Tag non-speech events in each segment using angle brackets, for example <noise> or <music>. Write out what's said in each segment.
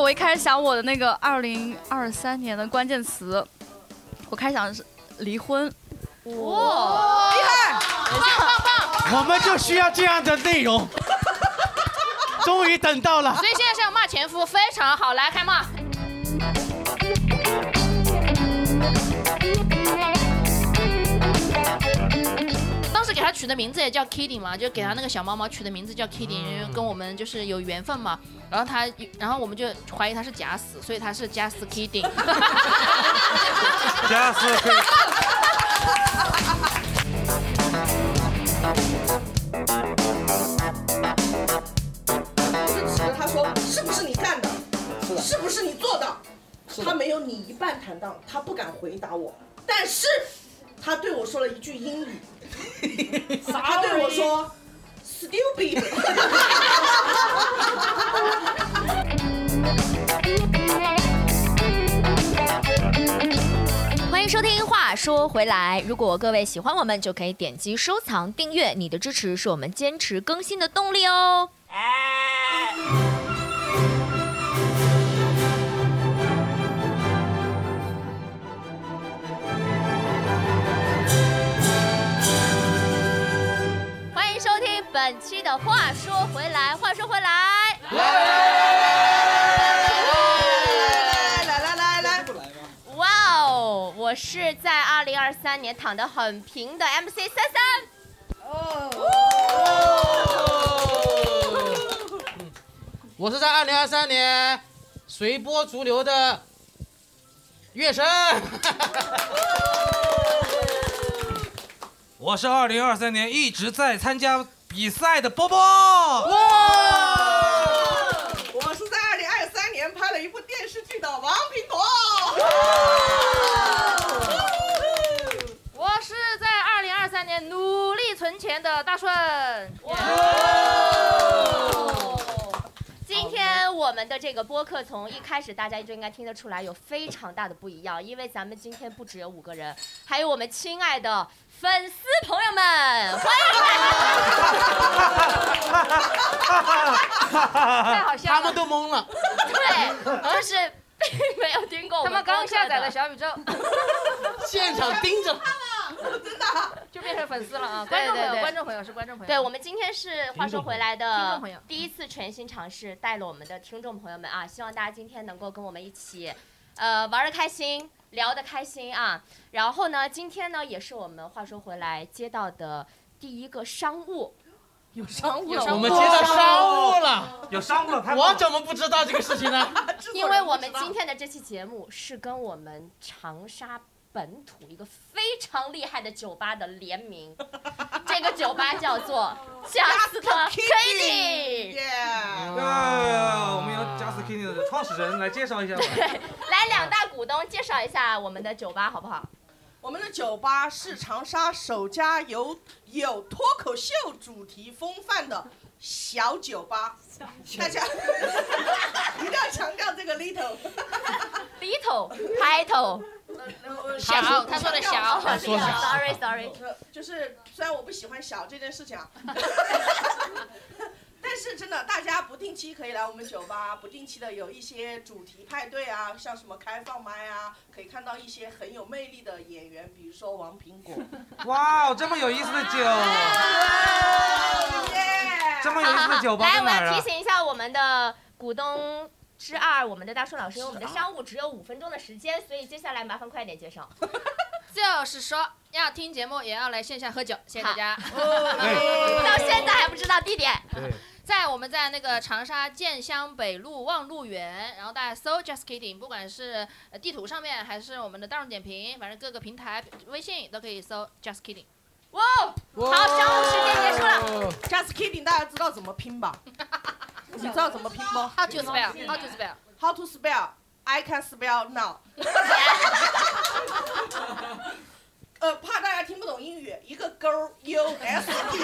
我一开始想我的那个二零二三年的关键词，我开始想的是离婚。哇，厉害！我们就需要这样的内 <laughs> 容。终于等到了所，以现在是要骂前夫，非常好，来开骂。当时给他取的名字也叫 Kitty 嘛，就给嗯他那个小猫猫取的名字叫 Kitty，因为跟我们就是有缘分嘛。然后他，然后我们就怀疑他是假死，所以他是假 <laughs> 死 Kitty。加斯可以是不是？他说是不是你干的？是的是不是你做的？是他的，没有你一半坦荡，他不敢回答我，但是他对我说了一句英 <laughs> 语，他对我说 <laughs> “stupid”。欢迎收听。话说回来，如果各位喜欢我们，就可以点击收藏、订阅。你的支持是我们坚持更新的动力哦。欢迎收听本期的《话说回来》，话说回来，来来来来来，哇哦，我是在二零二三年躺得很平的 MC 三三。 <laughs> 我是在二零二三年随波逐流的月神。 <laughs> 我是二零二三年一直在参加比赛的波波。我是在二零二三年拍了一部电视剧的王品彤。我是在二零二三年努力存钱的大顺。今天我们的这个播客从一开始大家就应该听得出来有非常大的不一样，因为咱们今天不只有五个人，还有我们亲爱的粉丝朋友们，欢迎大家！太好笑他了们，都懵了， <laughs> 对，哦就是没有听过我他们刚播客下载的了小宇宙， <laughs> 现场盯着。就变成粉丝了啊！对观众朋对对友，观众朋友是观众朋友。对，我们今天是话说回啊来听的众朋友第一次全新尝试，带了我们的听众朋友们啊，希望大家今天能够跟我们一起，呃，玩的开心，聊得开心啊。然后呢，今天呢也是我们话说回来接到的第一个商务，有商务我们接到商务了，有商务了，我怎么不知道这个事情 <laughs> 呢？因为我们今天的这期节目是跟我们长沙本土一个非常厉害的酒吧的联名，这个酒吧叫 <laughs> 做贾斯特 Kitty。耶！呃，我们由加斯 k i n 的创始人来介绍一下吧。来，两大股东介绍一下我们的酒吧好不好？我们的酒吧是长沙首家有有脱口秀主题风范的小酒吧，大家 <laughs> 一定要强调这个 little。 Little Title 小，他说的小，他说啥 Sorry Sorry，呃就是虽然我不喜欢小这件事情啊， <laughs> 但是真的大家不定期可以来我们酒吧，不定期的有一些主题派对啊，像什么开放麦啊，可以看到一些很有魅力的演员，比如说王苹 <laughs> 果。哇，这么有意思的酒，耶这么有好意好思的酒好，<laughs> 来，吧在我哪儿要啊提？醒一下我们的股东之二，我们的大树老师，因为我们的商务只有五分钟的时间，所以接下来麻烦快点介绍。就是说要听节目也要来线下喝酒，谢谢大家。哦到现在还不知道地点，对，在我们在那个长沙建湘北路望路园，然后大家搜 Just Kidding，不管是呃地图上面还是我们的大众点评，反正各个平台微信都可以搜 Just Kidding。哇，哦，好，商务时间结束了， ，Just kidding，大家知道怎么拼吧？你知道怎么拼吗 How to spell? How to spell? ？How to spell? I can spell now 呃，怕大家听不懂英语，一个勾 U S T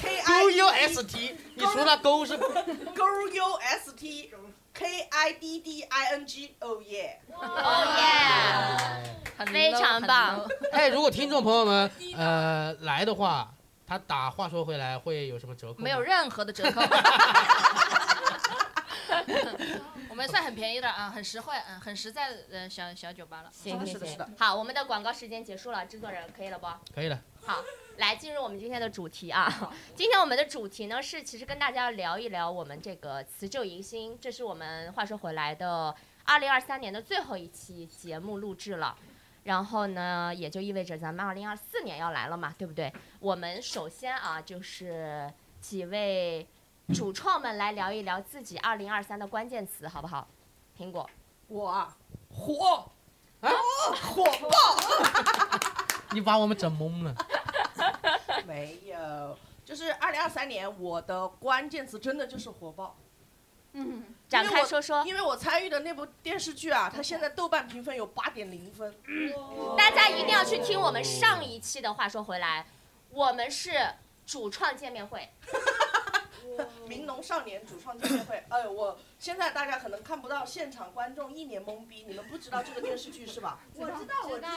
K U 哎 I U S T，你除了勾是勾 U S T K I D D I N G。Oh yeah！哦 <laughs> 耶，非常棒， <laughs> 哎，如果听众朋友们呃来的话，他 <laughs> 打话说回来会有什么折扣吗？没有任何的折扣。我们算很便宜的啊，很实惠，嗯，很实在的呃小小酒吧了。行是行的是的行，好，我们的广告时间结束了，制作人可以了不？可以了。来进入我们今天的主题啊。 <laughs> 今天我们的主题呢是，其实跟大家聊一聊我们这个辞旧迎新，这是我们话说回来的二零二三年的最后一期节目录制了。然后呢，也就意味着咱们二零二四年要来了嘛，对不对？我们首先啊，就是几位主创们来聊一聊自己二零二三的关键词，好不好？苹果，我啊，火啊火爆你把我们整懵了。没有，就是二零二三年我的关键词真的就是火爆，嗯，展因为开我说说。因为我参与的那部电视剧啊，它现在豆瓣评分有八点零分，大家一定要去听我们上一期的。话说回来，我们是主创见面会，民农少年主创见面 <laughs> 会，哎呦，我现在大家可能看不到现场观众一脸懵逼，你们不知道这个电视剧是 <laughs> 吧？我知道，我知道，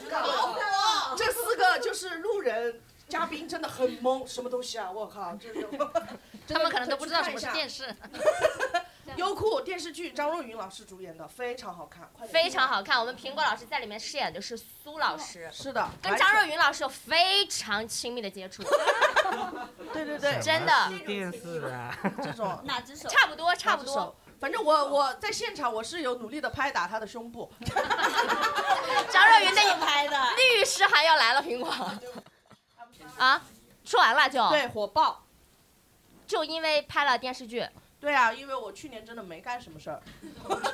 知道，这四个就是路人嘉宾，真的很懵，什么东西啊？我靠，这是 <laughs> 他们可能都不知道什么是真的可以去看一下电视。优酷电视剧，张若昀老师主演的，非常好看，快点非常好看。我们苹果老师在里面饰演的是苏老师，是的，跟张若昀老师有非常亲密的接触，昀，对对对，真的电视啊，这种哪只手？差不多差不多。。反正我我在现场我是有努力的拍打他的胸部，张若昀的拍的，律师函要来了，苹果啊，说完了就对火爆，就因为拍了电视剧，对啊，因为我去年真的没干什么事儿，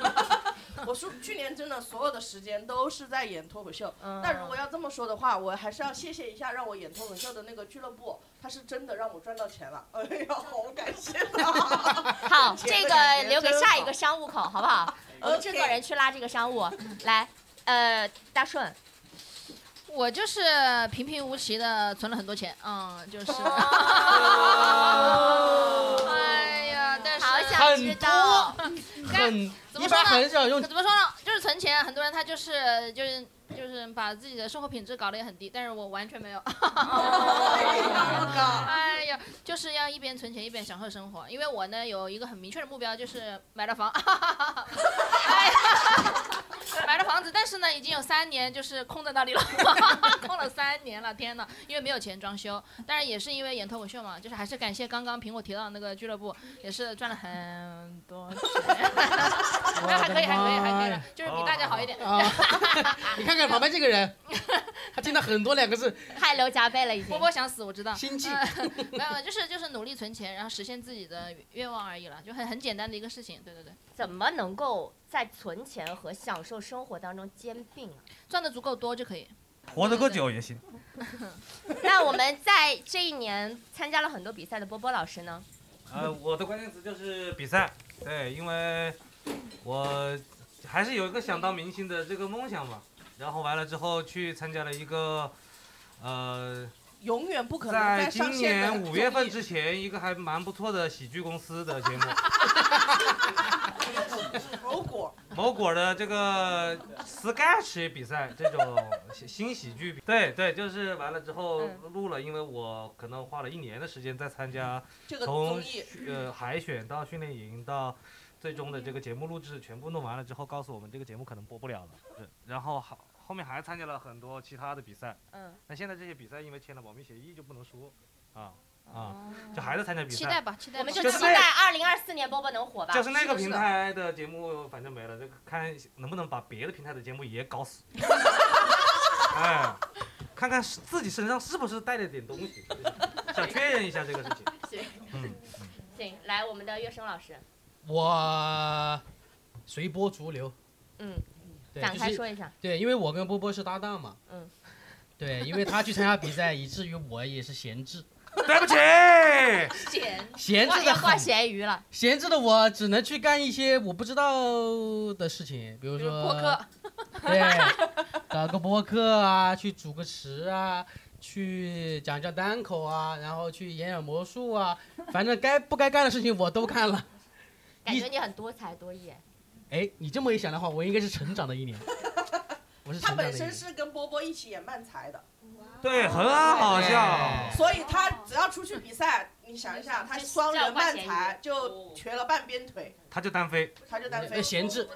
<laughs> 我说去年真的所有的时间都是在演脱口秀，嗯，但如果要这么说的话，我还是要谢谢一下让我演脱口秀的那个俱乐部，他是真的让我赚到钱了， <laughs> 哎呀，好感谢 <laughs> 啊！好，这个留给下一个商务口，好不好？我们 OK 制 <laughs> 作人去拉这个商务来，呃，大顺。我就是平平无奇的存了很多钱，嗯，就是。哦 <laughs> 哎呀，但是好想知道，很，怎一么说般呢很少用怎么说呢？就是存钱，很多人他就是就是就是把自己的生活品质搞得也很低，但是我完全没有。 <laughs> <laughs> 哎呀，就是要一边存钱一边享受生活，因为我呢有一个很明确的目标，就是买了房。 <laughs> 哎呀买了房子，但是呢，已经有三年就是空在那里了， <laughs> 空了三年了，天哪！因为没有钱装修，但是也是因为演脱口秀嘛，就是还是感谢刚刚苹果提到的那个俱乐部，也是赚了很多钱。 <laughs> 没有，还可以，还可以，还可以了，就是比大家好一点。啊！ <laughs> 你看看旁边这个人，他听到很多两个字，汗流浃背了已经波。波想死，我知道。心悸。嗯 <laughs> 没有，没有就是就是努力存钱，然后实现自己的愿望而已了，就很很简单的一个事情。对对对，怎么能够在存钱和享受生活当中兼并啊？赚的足够多就可以。 <laughs> 活得够久也行。那我们在这一年参加了很多比赛的波波老师呢？呃，我的关键词就是比赛，对，因为我还是有一个想当明星的这个梦想嘛。然后完了之后去参加了一个，呃，永远不可能在再今上线的年五月份之前一个还蛮不错的喜剧公司的节目， <laughs> 某果，某果的这个 sketch 比赛这种新新喜剧比， <laughs> 对对，就是完了之后嗯录了，因为我可能花了一年的时间在参加这个从综艺呃海选到训练营到最终的这个节目录制全部弄完了之后，告诉我们这个节目可能播不了了。是然后好，后面还参加了很多其他的比赛。嗯。那现在这些比赛因为签了保密协议就不能说啊啊，哦就还在参加比期赛待。吧，期待吧。我们就就期是待二零二四年波波能火吧。就是那是个的平台的节目，反正没了，就看能不能把别的平台的节目也搞死。 <laughs> 哎，看看是自己身上是不是带了点 <laughs> 东西，想确认一下这个事情。行，来我们的乐声老师， <laughs> 我随波逐流。嗯，对，展开就是说一下。对，因为我跟波波是搭档嘛。嗯。对，因为他去参加比赛，以至于我也是闲置，对不起。咸，闲挂置的要挂很，咸鱼了。闲置的我只能去干一些我不知道的事情，比如比说如播客，对，搞个播客啊，去主个持啊，去讲讲单口啊，然后去演演魔术啊，反正该不该干的事情我都干了。感觉你很多才多艺，哎，你这么一想的话，我应该是成长的一年，我是他成长的本一年身。是跟波波一起演漫才的，对，很啊好哎笑。所以他只要出去比赛，你想一下，他双人慢才就瘸了半边腿，他就单飞，他就单呃飞。闲置。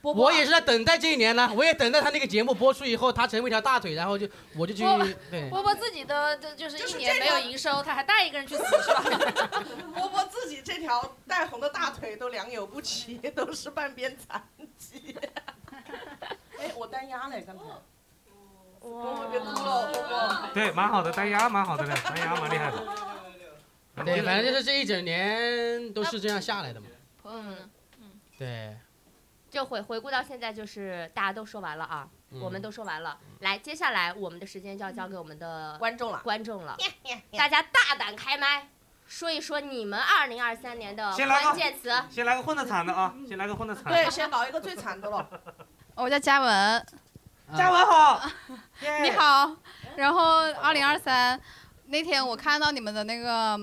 波波我也是在等待这一年呢，我也等待他那个节目播出以后，他成为一条大腿，然后就我就去我对。波波自己都就就是就是一年这没有个营收，他还带一个人去死是吧？波波自己这条带红的大腿都良莠不齐，都是半边残疾。哎，我单压嘞，刚才。波波别哭了，波波。对，蛮好的，单压蛮好的嘞，单压蛮厉害的。对，反正就是这一整年都是这样下来的嘛。朋友们呢，对，就回回顾到现在，就是大家都说完了啊，嗯我们都说完了。来，接下来我们的时间就要交给我们嗯的观众了，观众了，大家大胆开麦，说一说你们二零二三年的先来吧关键词。先来个混的惨的啊，嗯先来个混的惨。对，，先搞一个最惨的了。我叫嘉文，啊嘉嗯文好，哎你好。然后二零二三那天我看到你们的那个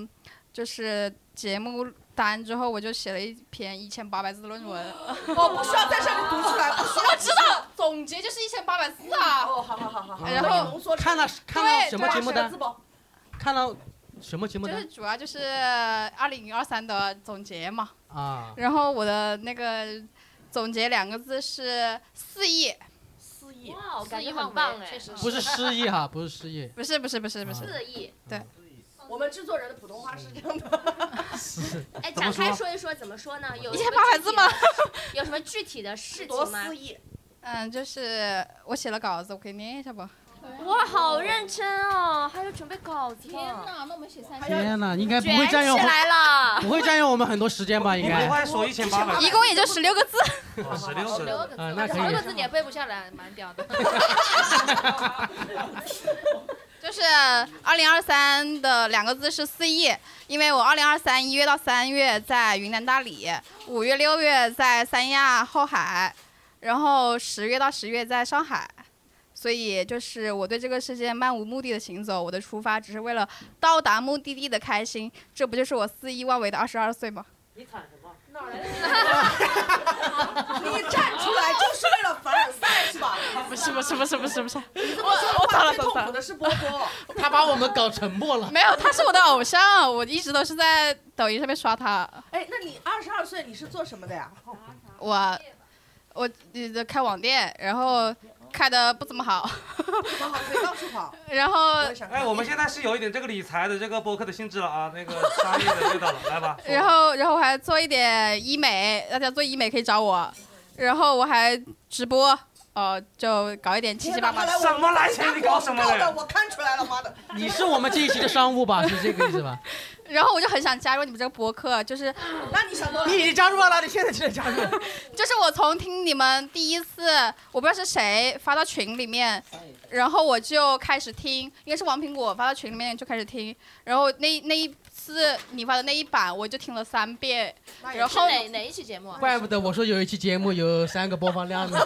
就是节目单之后，我就写了一篇一千八百字的论文。我不需要在这里读出来，不需要。我知道，总结就是一千八百字啊。哦，好好好好好。然可以后浓缩成嗯啊看了看到对什么节目八十个单字？不？看到什么节目就单是主要就是二零二三的总结嘛。啊？然后我的那个总结两个字是四亿，四亿。哇，我感肆意觉妄很为棒哎确，实不是失忆哈，不是失忆，不是不是不是不啊是，四亿。我们制作人的普通话是这样嗯的，是哎，怎展么开说说一说，怎么说呢？有一什千么八百具字体吗的？有什么具体的事多情吗四？亿。嗯，就是我写了稿子，我给你念一下吧。哇，好认真哦，还有准备稿子。天哪，那我们写三还天要天哪，应该不卷会起占用，来了。不会占用我们很多时间吧？应你不该。会数一千八百？一共也就十六个字，十六十六个。个字，啊那可以十六个字你也背不下来，蛮屌的。就是二零二三的两个字是四亿，因为我二零二三一月到三月在云南大理，五月六月在三亚后海，然后十月到十月在上海。所以就是我对这个世界漫无目的的行走，我的出发只是为了到达目的地的开心，这不就是我肆意妄为的二十二岁吗？你惨什么？你站出来就是为了凡尔赛是吧？不是不是不是不是不是，你这么说的话，最痛苦的是波波。他把我们搞沉默了。没有，他是我的偶像，我一直都是在抖音上面刷他。哎，那你二十二岁你是做什么的呀？我我呃开网店，然后开的不怎么好，怎么好可以到处跑？然我后也想看。 <laughs> 哎，我们现在是有一点这个理财的这个播客的性质了啊，那个商业的味道了，<laughs> 来吧。然后然后我还做一点医美，大家做医美可以找我，然后我还直播，哦、就搞一点七七八八的。什么来钱？你搞什么我嘞的？？我看出来了，妈的！你是我们这一期的商务吧？是这个意思 <laughs> 吧？然后我就很想加入你们这个播客，就是那你想多了你已经加入了，你现在就得加入。就是我从听你们第一次，我不知道是谁发到群里面，然后我就开始听，应该是王苹果发到群里面就开始听，然后那那一次你发的那一版我就听了三 <laughs> 遍，那也然是后哪哪一期节目 <laughs> 啊？怪不得我说有一期节目有三个播放量呢。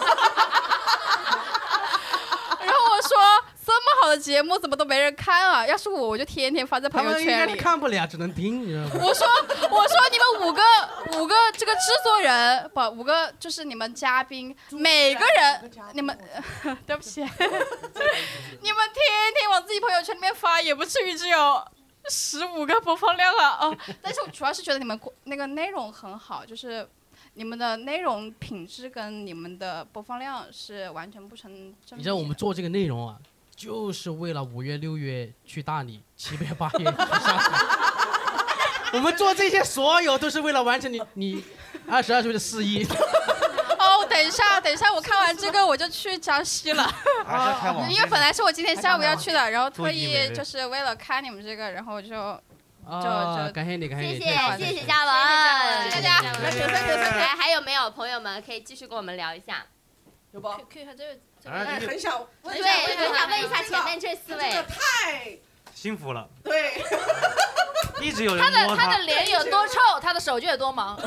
然后我说这么好的节目怎么都没人看啊？要是我我就天天发在 <laughs> 他朋友们应该圈是里。看不了，只能听，你知道吗？我说我说你们五个五个这个制作人不五个就是你们嘉宾每个人你们对不起， <laughs> 你们天天往自己朋友圈里面发，也不至于只有十五个播放量啊！哦，但是我主要是觉得你们过那个内容很好，就是你们的内容品质跟你们的播放量是完全不成正比的。 <laughs> 你知道我们做这个内容啊，就是为了五月、六月去大理，七月、八 <laughs> 月我们做这些所有都是为了完成你你二十二岁的四 <laughs> 一。哦，等一下，等一下，我看完这个我就去江西了，还是啊开网因为本来是我今天下午要去的，然后特做医美意就是为了看你们这个，然后我就啊，就感谢你，感谢你，谢太感谢谢了嘉文，谢谢嘉文那评分评分来，还有没有朋友们可以继续跟我们聊一下？有不？ Q Q 一下这个这个哎哎，很想问对，一下，我想问一下前面这这四个这位个，太幸福了，对，一直有人他的摸他的脸有多臭，他的手就有多忙。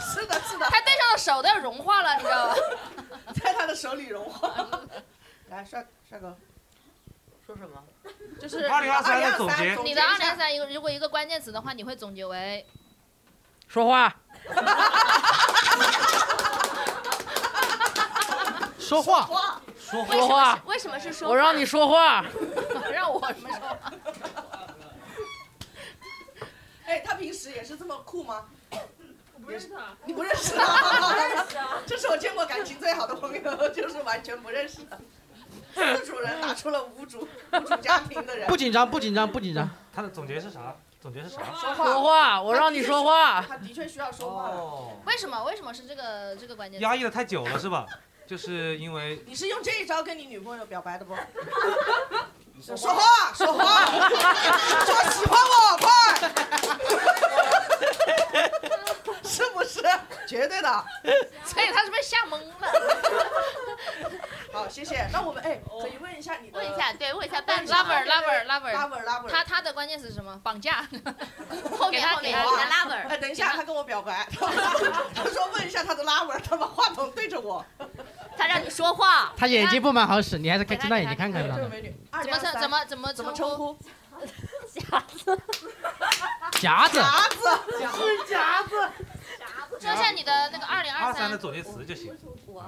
是的，是的，他对上的手都要融化了，你知道吗？ <laughs> 在他的手里融化。来，帅帅哥，说什么？就是2023 2023的总结你一的下二零三一个，如果一个关键词的话，你会总结为说话。说话，说为什说么话是为什么是说话？我让你说话，让我什么时候？哎，他平时也是这么酷吗？不认识他，你不认 <laughs> 识他，啊 <laughs> 这是我见过感情最好的朋友， <laughs> 就是完全不认识的。四主人打出了五主五主家庭的人不，紧张，不紧张，不紧张。他的总结是啥？总结是啥？说说话，话，我让你说啊话。他的确需要说话。哦，为什么？为什么是这个这个关键词？压抑的太久了是吧？就是因为你是用这一招跟你女朋友表白 <laughs> 的不？说话，说话， <laughs> 说喜欢我，快！是不是？绝对的。所以他是被吓懵了。好，谢谢。那我们哎，可以问一下你的问一下，对，问一下伴侣。 lover 对 lover 拉 lover，本拉本。他他的关键词是什么？绑架。后给面他后给面他你的给他 lover，哎，等一下，他跟我表白， <laughs> 他说问一下他的拉文，他把话筒对着我。他让你说话。他眼睛不蛮好使，你还是看给他睁大眼睛看哎看这位他。美女，二怎么两称三怎么怎么怎么称称？呼？夹子，夹子，是夹子。说一下你的那个二零二二三三的。总结词就行。我，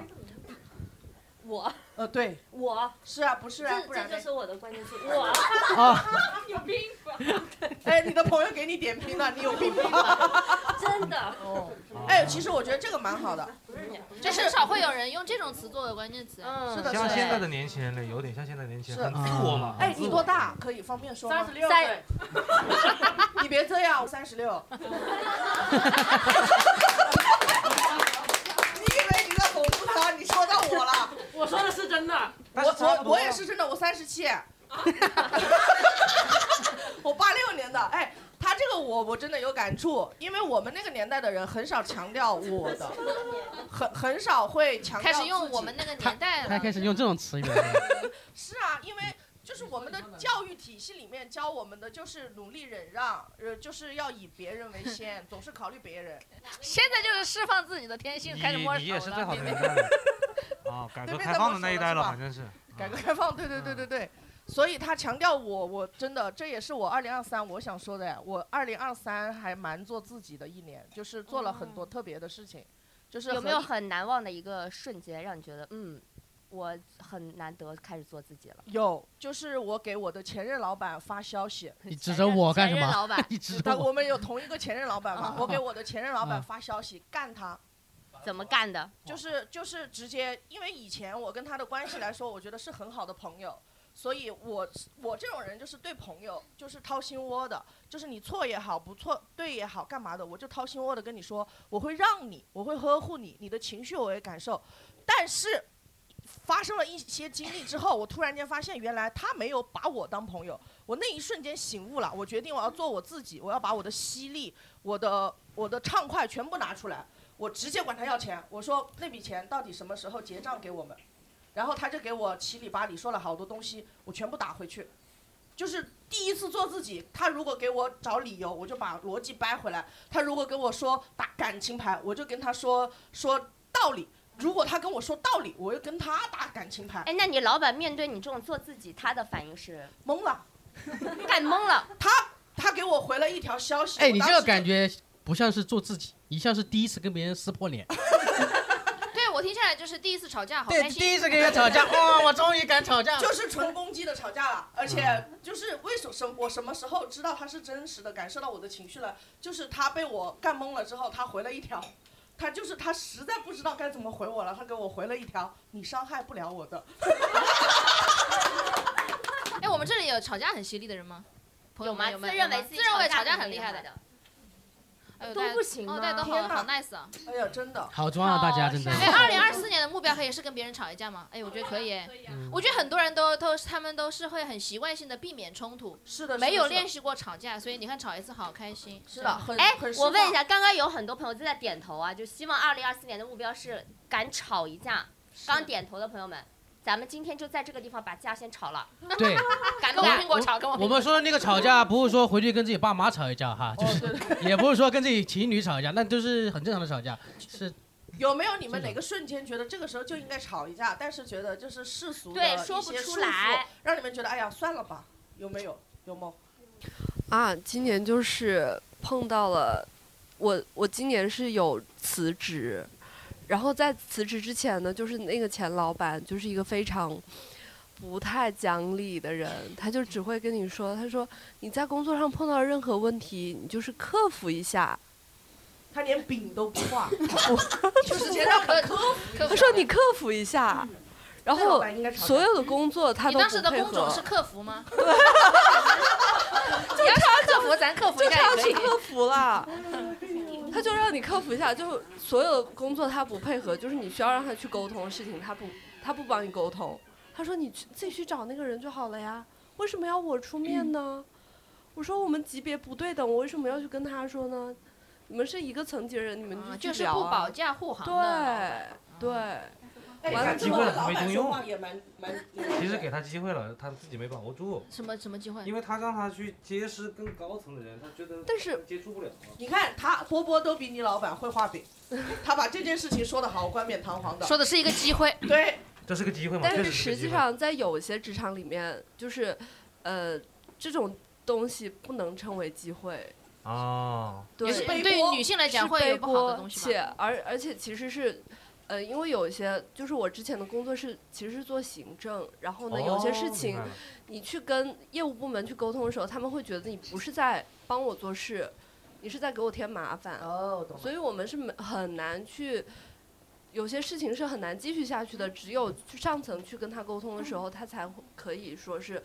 <laughs> 我，呃，对，我，是啊，不是啊，这不这然呢就是我的关键 <laughs> 词。我，有病吧？哎，你的朋友给你点 <laughs> 评了，你有病吧？真的，哎，其实我觉得这个蛮好的，就很少会有人用这种词作为关键词。嗯，是的像现在的年轻人呢，有点像现在年轻人，是很自我嗯嘛。哎，很你自多我？大？可以方便说三吗十？六三岁， <laughs> 你别这样，我三 <laughs> 十六。你以为你在哄负他？你说到我了。我说的是真啊的。但是我差不我多我也是真的，我三十七， <laughs> 我八六年的，哎，他这个我我真的有感触，因为我们那个年代的人很少强调我的，很很少会强调开始用自己我们那个年代他了开。始用这种词语了。是啊，因为就是我们的教育体系里面教我们的就是努力忍让，呃，就是要以别人为先，总是考虑别人。现在就是释放自己的天性，开始摸索你你也是最了好的妹妹年代了。啊，改革开放的那一代了，反正是。改革开放，对对对对对。所以他强调我，我真的这也是我二零二三我想说的，我二零二三还蛮做自己的一年，就是做了很多特别的事情，就是哦有和没有很难忘的一个瞬间，让你觉得嗯，我很难得开始做自己了？有，就是我给我的前任老板发消息，你指着我干什前任么？老板你指他着我，我们有同一个前任老板嘛，我给我的前任老板啊发消息干他，怎么干的？就是就是直接，因为以前我跟他的关系来说，我觉得是很好的朋友，所以我我这种人就是对朋友就是掏心窝的，就是你错也好，不错对也好，干嘛的，我就掏心窝的跟你说，我会让你，我会呵护你，你的情绪我也感受，但是。发生了一些经历之后，我突然间发现，原来他没有把我当朋友。我那一瞬间醒悟了，我决定我要做我自己，我要把我的犀利、我的我的畅快全部拿出来。我直接管他要钱，我说那笔钱到底什么时候结账给我们？然后他就给我七里八里说了好多东西，我全部打回去。就是第一次做自己，他如果给我找理由，我就把逻辑掰回来；他如果跟我说打感情牌，我就跟他说说道理；如果他跟我说道理，我又跟他打感情牌。哎，那你老板面对你这种做自己，他的反应 <laughs> 是懵了，干懵了？他他给我回了一条消息，哎，你我这当个时感觉不像是做自己，你像是第一次跟别人撕破脸。对我听下来就是第一次吵架，好开心。一次跟人吵架，哇，我终于敢吵架了。就是纯攻击的吵架了，而且就是为什么我什么时候知道他是真实的，感受到我的情绪了？就是他被我干懵了之后，他回了一条，他就是他实在不知道该怎么回我了，他给我回了一条：“你伤害不了我的。哎，我们这里有吵架很犀利的人吗？朋友有们有吗？自没有认为自己认为吵吵架很很厉害的的，，哎呦都大家不行哦，吗大家都天好哪好 nice <laughs> 啊。”哎呀，真的，好装啊，大家真的。哎，二零二四年的目标可以是跟别人吵一架吗？哎，我觉得可以哎。我觉得很多人都都他们都是会很习惯性的避免冲突，是的，没有练练习过吵架，所以你看吵一次好开心。是的，很哎很，释我问一放下，刚刚有很多朋友都在点头啊，就希望二零二四年的目标是敢吵一架。刚点头的朋友们，咱们今天就在这个地方把架先吵了，对，敢不跟我敢苹？果吵，跟啊我我们说的那个吵架，不是说回去跟自己爸妈吵一架哈，哦 <laughs> 就是 <laughs> 也不是说跟自己情侣吵一架，那都是很正常的吵架，是有没有你们这哪种个瞬间觉得这个时候就应该吵一架，但是觉得就是世俗的对一说不些出束来缚，让你们觉得哎呀算了吧？有没有？有吗？啊，今年就是碰到了我，我今年是有辞职，然后在辞职之前呢，就是那个前老板就是一个非常不太讲理的人，他就只会跟你说，他说你在工作上碰到任何问题，你就是克服一下。他连饼都不 <laughs> 画，就是觉得很科他说你克服一下，然这嗯老后板应该吵架所有的工作他你都当时不的配工种合，是客服吗？就你要他想克服，咱克服就一他下要也可去以。克服了， <laughs> 他就让你克服一下，就所有工作他不配合，就是你需要让他去沟通的事情，他不他不帮你沟通，他说你去自己去找那个人就好了呀，为什么要我出面呢？我说我们级别不对等，我为什么要去跟他说呢？你们是一个层级的人，你们啊去就是聊不啊保驾护航的。啊对对，哎完了看之这后个老没板经说用话也蛮 <laughs> 蛮。其实给他机会了，他自己没把握住，什么什么机会？因为他让他去结识更高层的人，他觉得但是接触不了。你看他波波都比你老板会画饼，他把这件事情说的好冠冕堂皇的。说的是一个机会，对，这是个机会嘛？但确是实实个机际会。上，在有些职场里面，就是，呃，这种东西不能称为机会，哦，对，尤是其被对迫于女性来是讲会背有不好的锅，东西且吧？而而且其实是，呃，因为有一些就是我之前的工作是其实是做行政，然后呢，有些哦事明情白了你去跟业务部门去沟通的时候，他们会觉得你不是在帮我做事，你是在给我添麻烦，哦，懂所以我们是没很难去，有些事情是很难继续下去的。只有去上层去跟他沟通的时候，他才会可以说是，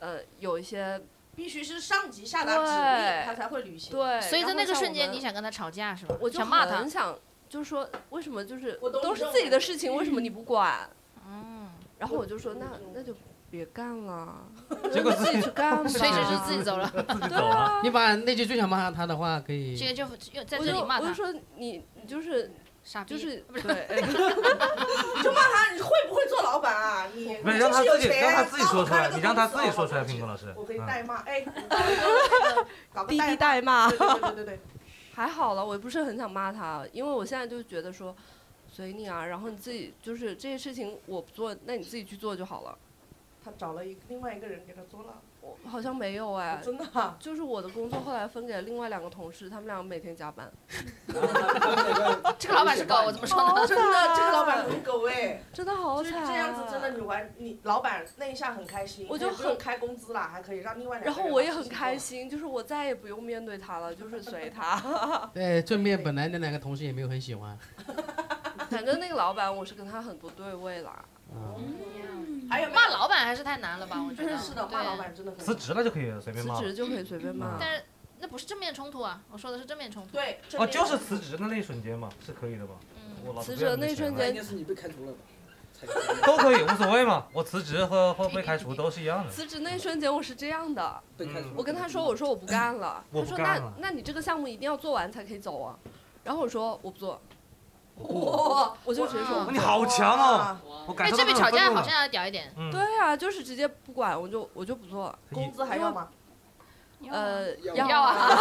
呃，有一些必须是上级下达指令，对他才会履行。，对。所以在然后那个像瞬我间，们你想跟他吵架是吧？我就想骂他很。想，就是说为什么就是我懂都你是这自己的种事情，为什么你不管？嗯，然后我就说那那就别干 <laughs> 了，结果自己去干吧。所以就是自己走了，自己走了。你把那句最想骂他的话可以这个就就在我这就里骂我就他说你你就是傻逼，就是对。你就骂他，你会不会做老板啊？你不是你让就他有自己钱让他自己说出搞来，不开你让他的自己说公司好不好出来，苹果老师。我可以嗯代骂， <laughs> 哎，你搞一个搞个滴滴代代骂骂，，对对对对对，还好了，我也不是很想骂他，因为我现在就觉得说，随你啊，然后你自己就是这些事情我不做，那你自己去做就好了。他找了一个另外一个人给他做了，我好像没有呃哎，真的啊，就是我的工作后来分给另外两个同事，他们俩每天加班，哦这个老板是狗，我怎么说呢？好真的，这个老板惨很狗哎，真的好就是惨，这样子，真的，你。玩你老板那一下很开心，我就他也不用很开工资啦，还可以让另外两个人然后我也把事很情开做心，就是我再也不用面对他了，就是 <laughs> 随他。嗯对正面本来那两个同事也没有很喜欢，反正那个老板，我是跟他很不对位啦。哦嗯，了。还有没有骂老板还是太难了吧？我觉真的得嗯是的，对骂老板真的很辞职了就可以随便辞骂了。职就可以随便嗯骂，但是那不是正面冲突啊，我说的是正面冲突。对，哦，就是辞职的那一瞬间嘛，是可以的吧？嗯，我老子辞不职要的你的那钱瞬了间，都可以，无所谓嘛。我辞职和和被开除都是一样的。辞职那瞬间我是这样的，嗯我跟他说，我说我不干了，我他说不干那了那你这个项目一定要做完才可以走啊，然后我说我不做，哦 <laughs> 哇，我就直接说哇你好强哦！我感哎，受嗯这到比种吵愤架怒好了像要屌一点。嗯，对啊，就是直接不管，我就我就不做，工资还要吗？呃，要啊，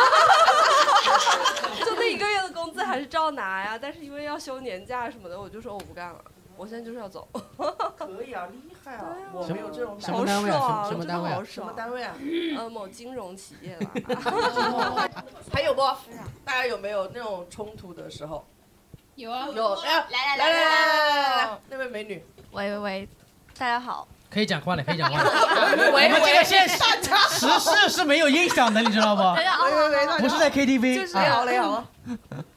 就那一个月的工资还是照拿呀，但是因为要休年假什么的，我就说我不干了，我现在就是要走，可以啊，厉害啊对啊！我没有这种什感么好觉。单位啊什么单位爽，真的啊好什么爽，单位啊？呃，某金融企业啦，还有不？大家有没有那种冲突的时候？有啊有，来来来来来来来来，那位美女，喂喂喂，大家好，可以讲话了，可以讲话了。<laughs> 来，我们这个喂，现实时事是没有音响的，你知道吗？喂喂喂，大不家是好，在 KTV，就是啊好嘞好啊，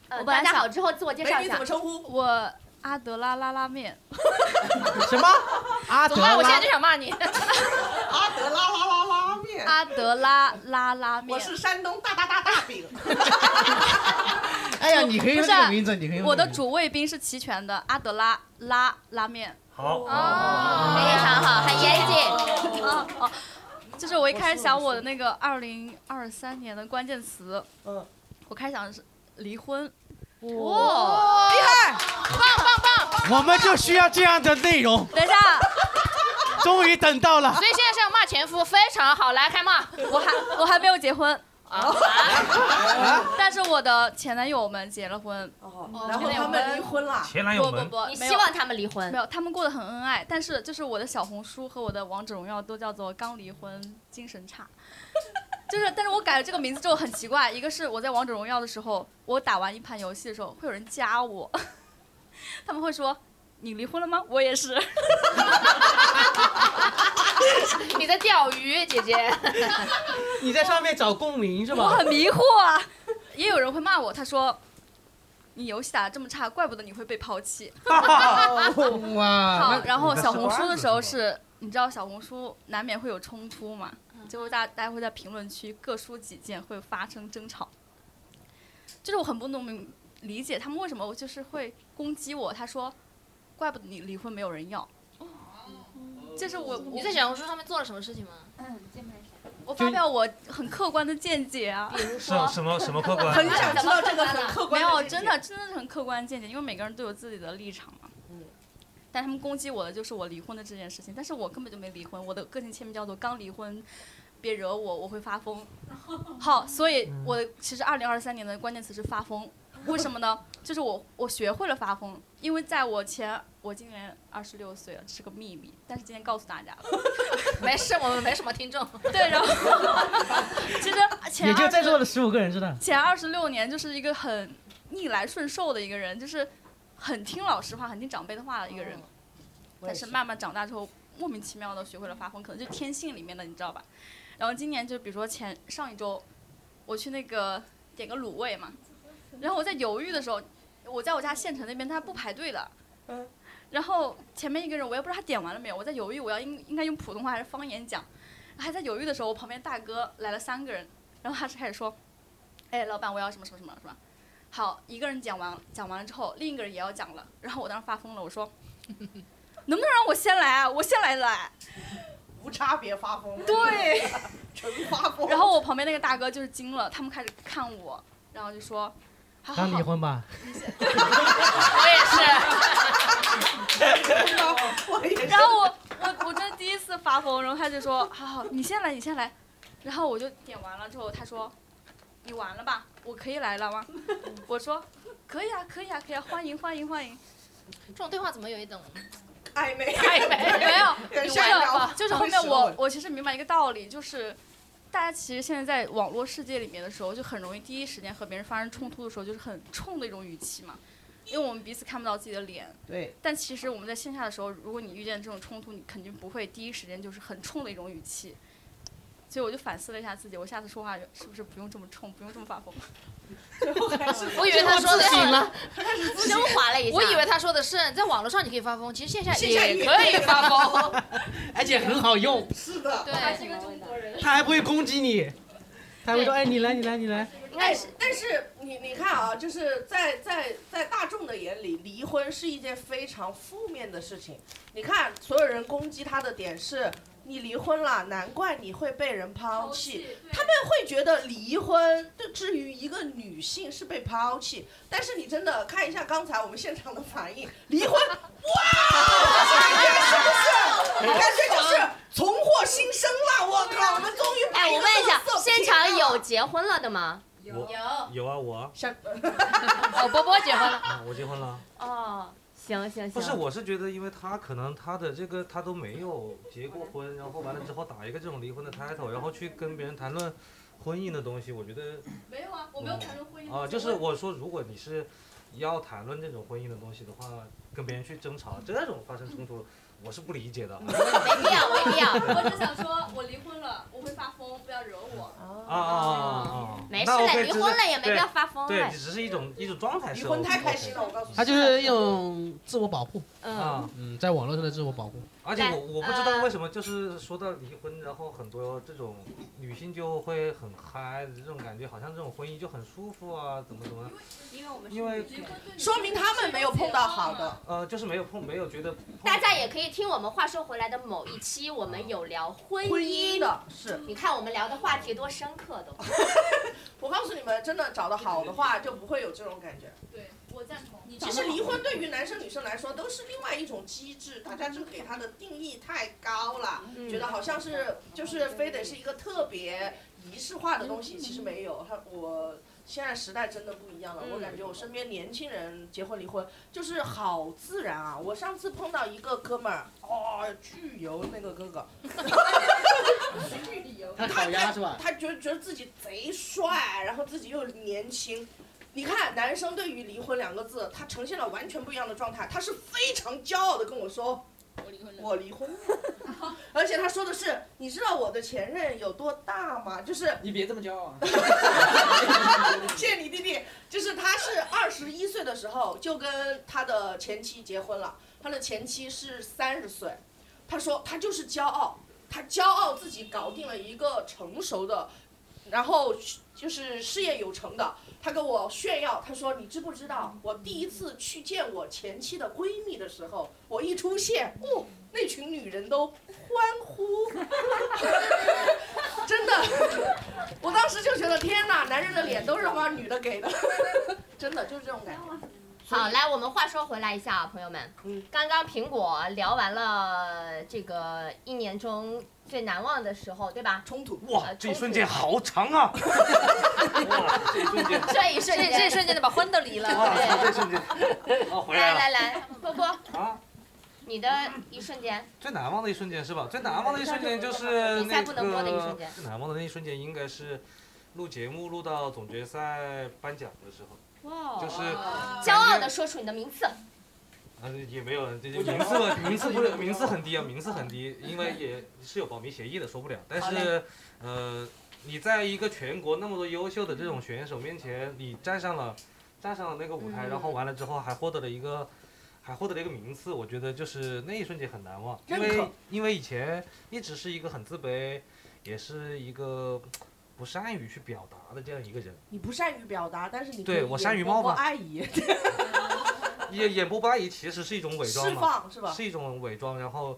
呃，我本来大家想好之后自我介绍美一女下怎么。称呼？我阿德拉拉拉面， <laughs> 什么？阿 <laughs> 德总啊，拉我现在就想骂你。阿德拉拉拉拉面，阿德拉拉拉我面，是山东大大大大饼，哎呀，你可以用不是这个名字，你可以用我这个的名字主谓宾是齐全的，阿德拉拉拉面。好，非常好，很严谨。哦哦，这是我一开始想我的那个二零二三年的关键词，嗯，我开始想的是离婚。哇，厉害，我们就需要这样的内 <laughs> 容。等一下，终于等到了，所以现在是要骂前夫，非常好，来开骂。我还我还没有结婚，啊，啊 <laughs> 但是我的前男友们结了婚。哦然后他们离婚 <laughs> 了，前男友不不们，不，你没希有望他们离婚没？有，他们过得很恩爱，但是就是我的小红书和我的王者荣耀都叫做刚离婚，精神差。 <laughs> 就是，但是我改了这个名字之后很奇怪，一个是我在王者荣耀的时候，我打完一盘游戏的时候会有人加我， <laughs> 他们会说：“你离婚了吗？”我也是。你在钓鱼，姐姐。你在上面找共鸣是吧？我很迷惑啊。也有人会骂我，他说：“你游戏打得这么差，怪不得你会被抛弃。”哇好，然后小红书啊的时候是，你知道小红书难免会有冲突嘛，嗯就是大大家会在评论区各抒己见，会发生争吵。就是我很不能明理解他们为什么就是会攻击我。他说，怪不得你离婚没有人要。这是我哦你在小红书上面做了什么事情吗？嗯，我发表我很客观的见解啊，比如说是什么什么客观很很想知道这个很客观没的见解有，真的真的是很客观的见解，因为每个人都有自己的立场嘛。嗯但他们攻击我的就是我离婚的这件事情，但是我根本就没离婚，我的个性签名叫做刚离婚，别惹我，我会发 <laughs> 疯。好，所以我的其实二零二三年的关键词是发 <laughs> 疯，为什么呢？就是我我学会了发疯，因为在我前我今年二十六岁了，这是个秘密，但是今天告诉大家了。没事，我们没什么听众。对，然后 <laughs> 其实前也就啊在座20的十五个人知道。前二十六年就是一个很逆来顺受的一个人，就是很听老师话、很听长辈的话的一个人。但是慢慢长大之后，莫名其妙的学会了发疯，可能就天性里面的，你知道吧？然后今年就比如说前上一周，我去那个点个卤味嘛，然后我在犹豫的时候，我在我家县城那边他不排队的，然后前面一个人我也不知道他点完了没有，我在犹豫我要应应该用普通话还是方言讲，还在犹豫的时候，我旁边大哥来了三个人，然后他是开始说，哎，老板我要什么什么什么什么，好，一个人讲完讲完了之后，另一个人也要讲了，然后我当时发疯了，我说，能不能让我先来啊？我先来来。无差别发疯。对，纯发疯。 <laughs> 然后我旁边那个大哥就是惊了，他们开始看我，然后就说，好好刚离好，婚吧？我也是。也是然后我我我真的第一次发疯，然后他就说：“好好，你先来，你先来。”然后我就点完了之后，他说：“你完了吧？我可以来了吗？” <laughs> 我说：“可以啊，可以啊，可以啊，欢迎欢迎欢迎。”这种对话怎么有一种暧昧？暧 <laughs> 昧没有，有人就吓一跳啊是就是后面好我喜欢我其实明白一个道理，就是大家其实现在在网络世界里面的时候，就很容易第一时间和别人发生冲突的时候，就是很冲的一种语气嘛，因为我们彼此看不到自己的脸。对。但其实我们在线下的时候，如果你遇见这种冲突，你肯定不会第一时间就是很冲的一种语气。所以我就反思了一下自己，我下次说话是不是不用这么冲，不用这么发疯？我以为他说的最后自省了是升华了一下我以为他说的是在网络上你可以发疯，其实线下线下也也可可以以发疯。而且很好用，是的，对，他是个中国人他还不会攻击你，他还会说：“哎，你来，你来，你来。但是哎但是你你看啊，就是在在在大众的眼里，离婚是一件非常负面的事情。你看，所有人攻击他的点是。你离婚了，难怪你会被人抛弃。他们会觉得离婚，就至于一个女性是被抛弃。但是你真的看一下刚才我们现场的反应，离婚，哇，感觉是不是？感觉就是重获新生了。我靠，我们终于把哎，一我个啊问一下垃圾，解现场了有结婚了的吗？有有啊，我啊像哦，波波结婚了。啊，我结婚了。哦，行行行。不是，我是觉得，因为他可能他的这个他都没有结过婚，然后完了之后打一个这种离婚的 title，然后去跟别人谈论婚姻的东西，我觉得没有啊，我没有谈论婚啊、就是我说，如果你是要谈论这种婚姻的东西的话，跟别人去争吵，这种发生冲突，我是不理解的。没必要，没必要。我只想说，我离婚了，我会发疯，不要惹我。哦啊哦啊啊啊！没事那嘞 OK，离只是婚了也没对必要发疯对，嘞只是一种一种状态是 OK 的。离婚太开心了，我告诉”你。他就是一种自我保护。啊。嗯，在网络上的自我保护。而且来我我不知嗯道呃为什么，就是说到离婚，然后很多这种女性就会很嗨，这种感觉好像这种婚姻就很舒服啊，怎么怎么，因为我们因为说明他们没有碰到好的。呃就是没有碰没有觉得碰大家也可以听我们话说回来的某一期，我们有聊婚婚姻的啊是，你看我们聊的话题多深刻都。我告诉你们，真的找的好的话，就不会有这种感觉。对，我赞同。你其实离婚对于男生女生来说都是另外一种机制，大家就给他的定义太高了，觉得好像是就是非得是一个特别仪式化的东西，其实没有。他我现在时代真的不一样了，我感觉我身边年轻人结婚离婚就是好自然啊。我上次碰到一个哥们儿，哦，巨油那个哥哥，他烤鸭是吧？他觉得觉得自己贼帅，然后自己又年轻，你看，男生对于离婚两个字，他呈现了完全不一样的状态。他是非常骄傲的跟我说：“我离婚我离婚。” <laughs> 而且他说的是：“你知道我的前任有多大吗？”就是你别这么骄傲啊！谢谢你弟弟，就是他是二十一岁的时候就跟他的前妻结婚了，他的前妻是三十岁，他说他就是骄傲，他骄傲自己搞定了一个成熟的，然后就是事业有成的，他跟我炫耀，他说你知不知道，我第一次去见我前妻的闺蜜的时候，我一出现，哦，那群女人都欢呼， <laughs> 真的，我当时就觉得天哪，男人的脸都是他妈女的 <laughs> 给的，真的就是这种感觉。好，来，我们话说回来一下啊，朋友们，嗯刚刚苹果聊完了这个一年中最难忘的时候，<laughs> 对吧？冲突哇，啊这一瞬间好长 <laughs> 啊！这一瞬间，这这一瞬间就把婚都离了 <laughs> 哇，这一瞬间，哦，回来来了。来来，波波啊，你的一瞬间，最难忘的一瞬间是吧？最难忘的一瞬间就是呃比赛那不能播的一瞬个间最难忘的那一瞬间应该是录节目录到总决赛颁奖的时候，哇就是骄傲的说出你的名次，啊也没有了，这就名次名次不是名次很低啊，名次很低，因为也是有保密协议的，说不了。但好是嘞呃，你在一个全国那么多优秀的这种选手面前，你站上了站上了那个舞台，嗯然后完了之后还获得了一个。还获得了一个名次，我觉得就是那一瞬间很难忘，因认为可因为以前一直是一个很自卑，也是一个不善于去表达的这样一个人，你不善于表达，但是你对我善于冒冒犯阿姨，演演播巴黎其实是一种伪装释嘛，放是吧一种伪装，然后，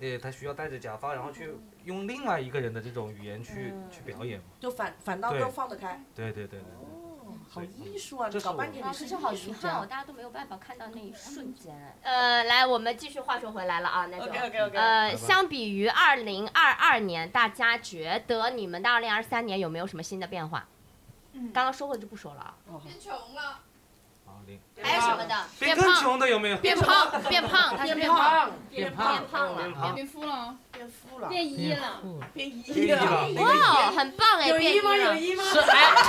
呃，他需要戴着假发，然后去用另外一个人的这种语言去、去表演嘛。就反反倒对更放得开。对对对对好艺术啊！这你是搞我半天啊你可是是好艺遗术憾哦，家。大家都没有办法看到那一瞬间。呃，来，我们继续话说回来了啊，那就 OK，OK，OK 呃，拜拜相比于二零二二年，大家觉得你们的二零二三年有没有什么新的变化？刚刚说过就不说了啊。哦变穷了，对。还有什么的？变更穷的有没有？变胖，变胖，他是变胖，变胖变胖了变胖变富了，变富了，哎变一了。变一变一了哇，很棒哎！有变一啊吗？了有一吗？是哎，哎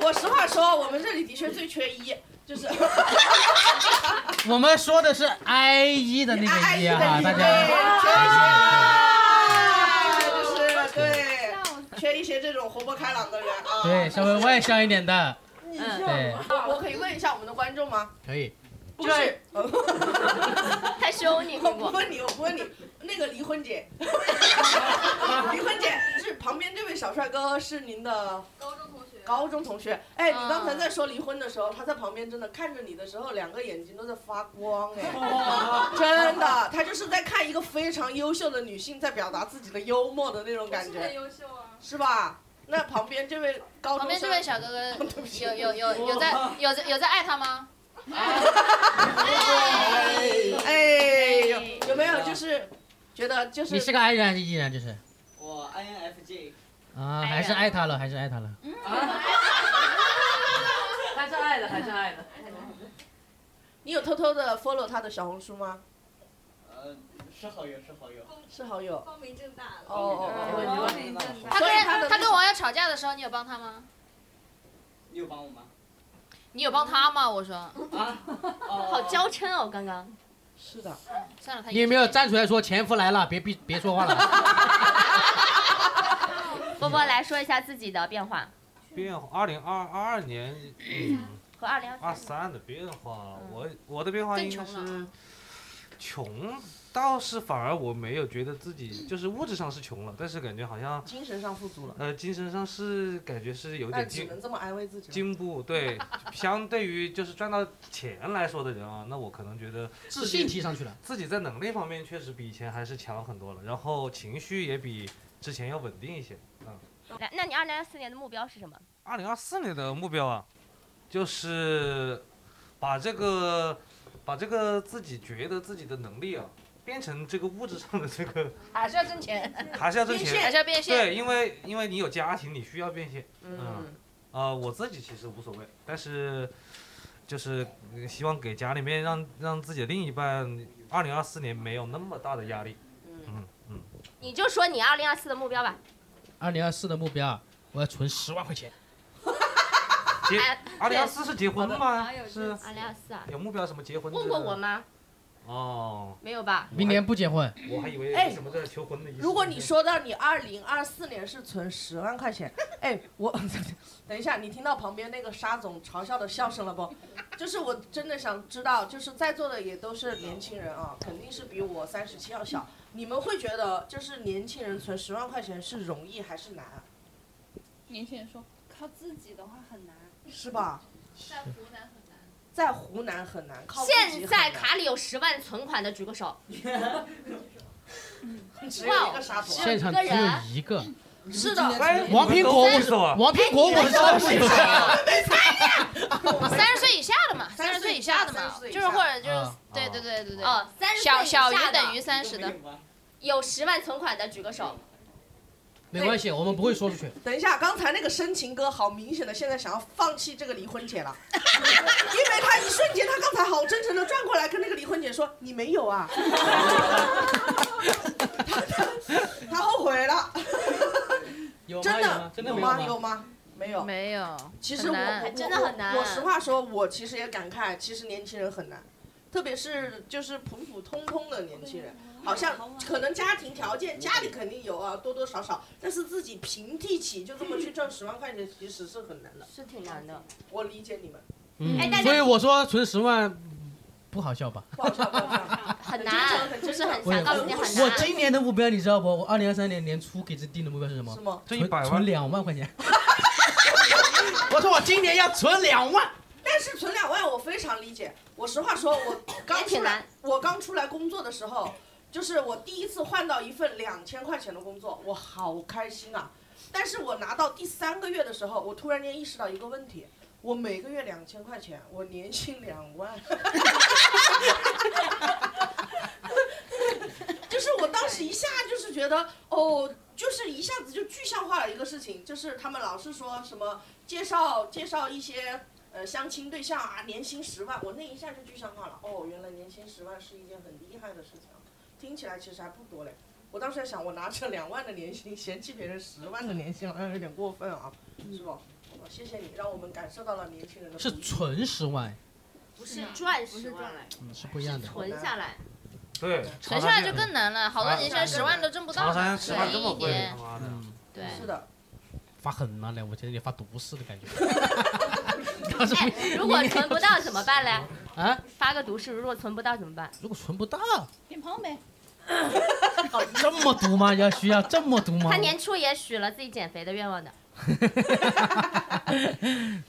我实话说，我们这里的确最缺一，就是。我们说的是 I 一哎的那个一啊，大家。就是对，缺一些这种活泼开朗的人啊。对，稍微外向一点的，你像嗯对我我可以问一下我们的观众吗？可以。不是，太凶你我苹不果。问你，我不问你，那个离婚 <laughs> 姐，离婚姐是旁边这位小帅哥是您的高中同学，高中同学。哎，你啊刚才在说离婚的时候，他在旁边真的看着你的时候，两个眼睛都在发光哎，哦 <laughs> 真的，他就是在看一个非常优秀的女性在表达自己的幽默的那种感是很觉，优秀啊。是吧？那旁边这位高中旁边这生， <laughs> 位小哥哥有有有有在有在有在爱他吗？哎，有有没有就是觉得就你是是个 I 人还是 E 人？就是我 INFJ，啊，还是爱他了，还是爱他了。还是爱的，还是爱的。你有偷偷的 follow 他的小红书吗？呃，是好友，是好友。是好友。光明正大了。哦哦哦，他所以他的跟他跟王瑶吵架的时候，你有帮他吗？你有帮我吗？你有帮他吗？我说啊，好好娇嗔哦，刚刚。是的，算了，他你有没有站出来说前夫来了？别别别说话了。波波来说一下自己的变化变化。二零二二年，嗯和二零二二三的变化，我我的变化更应穷该是了？穷，倒是反而我没有觉得自己就是物质上是穷了，但是感觉好像精神上富足了，呃精神上是感觉是有那点只进能这么安慰自己了。进步，对，相对于就是赚到钱来说的人啊，那我可能觉得自信提上去了。自己在能力方面确实比以前还是强很多了，然后情绪也比之前要稳定一些。嗯，来，那你二零二四年的目标是什么？二零二四年的目标啊，就是把这个把这个自己觉得自己的能力啊，变成这个物质上的这个 <laughs> 还是要挣钱，还是要挣还钱。是要变现？对，因为因为你有家庭，你需要变现。嗯，呃，我自己其实无所谓，但是就是呃希望给家里面让让自己的另一半，二零二四年没有那么大的压力。嗯嗯，你就说你二零二四的目标吧。二零二四的目标，我要存十万块钱。结阿里阿斯是结婚了吗？哎是阿里亚斯啊，有目标什么结婚？问过我？吗？哦，没有吧？明年不结婚，我还以为有什么这求婚的意思。哎如果你说到你二零二四年是存十万块钱，哎，我 <laughs> 等一下，你听到旁边那个沙总嘲笑的笑声了不？就是我真的想知道，就是在座的也都是年轻人啊，肯定是比我三十七要小。你们会觉得，就是年轻人存十万块钱是容易还是难啊？年轻人说靠自己的话很难，是吧？在湖南很难。在湖南很难靠自己很现难在卡里有十万存款的举个手。只哇有一哦个沙只总，啊哎现有一场个只有人。一个。是的，王苹果我你们是都王苹果我是三十哎你们都是三十岁以下的嘛，三十岁以下的嘛，就是或者就是啊对对对对对。哦，三十小小于等于于三十的，有十万存款的举个手。没关系，我们不会说出去。等一下，刚才那个深情哥好明显的，现在想要放弃这个离婚姐了， <laughs> 因为他一瞬间，他刚才好真诚的转过来跟那个离婚姐说：“你没有啊。 <laughs> 他”他后悔了，有吗？真有吗的真的没吗？有有？吗？没有。没有，其实我很难我真的很难我我实话说，我其实也感慨，其实年轻人很难，特别是就是普普通通的年轻人，好像可能家庭条件家里肯定有啊，多多少少，但是自己平替起就这么去挣十万块钱，其实是很难的。是挺难的。我理解你们，哎嗯大家，所以我说存十万不好笑吧？不好笑，不 <laughs> 好笑。很很难，真诚就是很我想告诉你很我难。今年的目标你知道不？我二零二三年年初给自己定的目标是什么是？吗？这一百存万存两万块钱。 <laughs> 我说我今年要存两万。但是存两万我非常理解。我实话说， <coughs> 我刚也出挺来难，我刚出来工作的时候，就是我第一次换到一份两千块钱的工作，我好开心啊！但是我拿到第三个月的时候，我突然间意识到一个问题：我每个月两千块钱，我年薪两万。就是我当时一下就是觉得，哦，就是一下子就具象化了一个事情，就是他们老是说什么介绍介绍一些呃相亲对象啊，年薪十万，我那一下就具象化了。哦，原来年薪十万是一件很厉害的事情啊，听起来其实还不多嘞。我当时在想，我拿着两万的年薪嫌弃别人十万的年薪，好像有点过分啊，是不？哦谢谢你，让我们感受到了年轻人的是不易存十万，不是赚十万，嗯，是不一样的。存下来。对，存下来就更难了，好多年现在十万都挣不到哎长呢，三十万这么一贵，年他。妈的！ <laughs> 嗯，对，是的，发狠嘛嘞，我觉得你发毒誓的感 <laughs> 觉。哎，如果存不到怎么办嘞？啊，发个毒誓，如果存不到怎么办？如果存不到，变胖呗。这么毒吗？要需要这么毒吗他？年初也许了自己减肥的愿望的，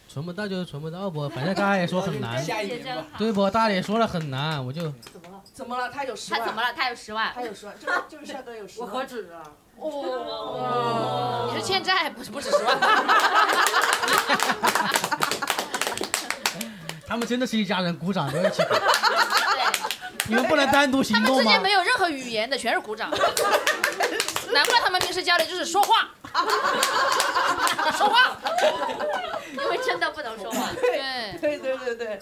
存不到就存不到不，反正大家也说很 <laughs> 难，下一年吧。 <laughs> 对不？大家也说了很难，我就怎么了？他有十他万，怎么了？他有十万他，有十万，这个这个帅哥有十我万。何止啊！哦，你是欠 <laughs> 债，不是不是十万。他们真的是一家人，鼓掌都一起鼓。对，你们不能单独他行们动之吗间？没有任何语言的，全是鼓 <laughs> 掌。难怪他们平时交流就是说话，说话。因为真的不能说话。对， <laughs> 对对对对，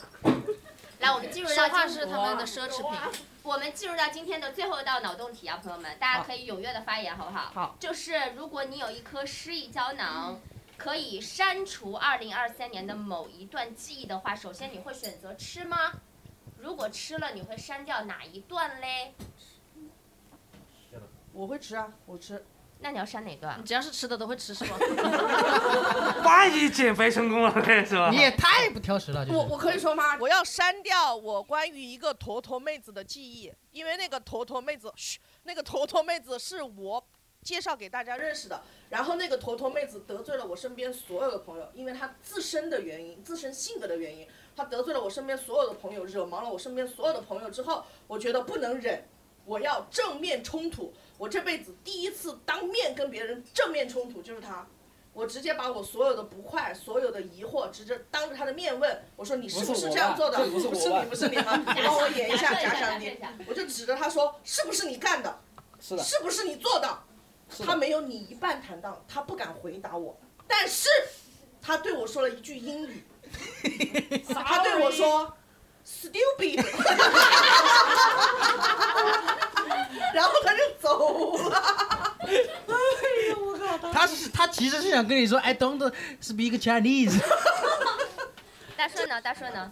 来，我们进入到说话今是他们的奢侈啊品。我们进入到今天的最后一道脑洞题啊，朋友们，大家可以踊跃的发言，好不好？好。就是如果你有一颗失忆胶囊，可以删除2023年的某一段记忆的话，首先你会选择吃吗？如果吃了，你会删掉哪一段嘞？我会吃啊，我吃。那你要删哪段？只要是吃的都会吃，是吗？万一减肥成功了嘞，是吧你？也太不挑食了，就我是。我可以说吗？我要删掉我关于一个坨坨妹子的记忆，因为那个坨坨妹子，嘘，那个坨坨妹子是我介绍给大家认识的。然后那个坨坨妹子得罪了我身边所有的朋友，因为她自身的原因、自身性格的原因，她得罪了我身边所有的朋友，惹毛了我身边所有的朋友之后，我觉得不能忍，我要正面冲突。我这辈子第一次当面跟别人正面冲突就是她。我直接把我所有的不快、所有的疑惑，直接当着他的面问，我说你是不是这样做的？不不是是我吧你，不是你啊！ <laughs> 你帮我演一下，假想一敌。下。我就指着他说，是不是你干的？是的，是不是你做的？是他的。没有你一半坦荡，他不敢回答我，但是他对我说了一句英 <laughs> 语，他对我说 “stupid”，然后他就走了。他是他他其实是想跟你说哎 I don't speak Chinese。大顺呢？大顺呢？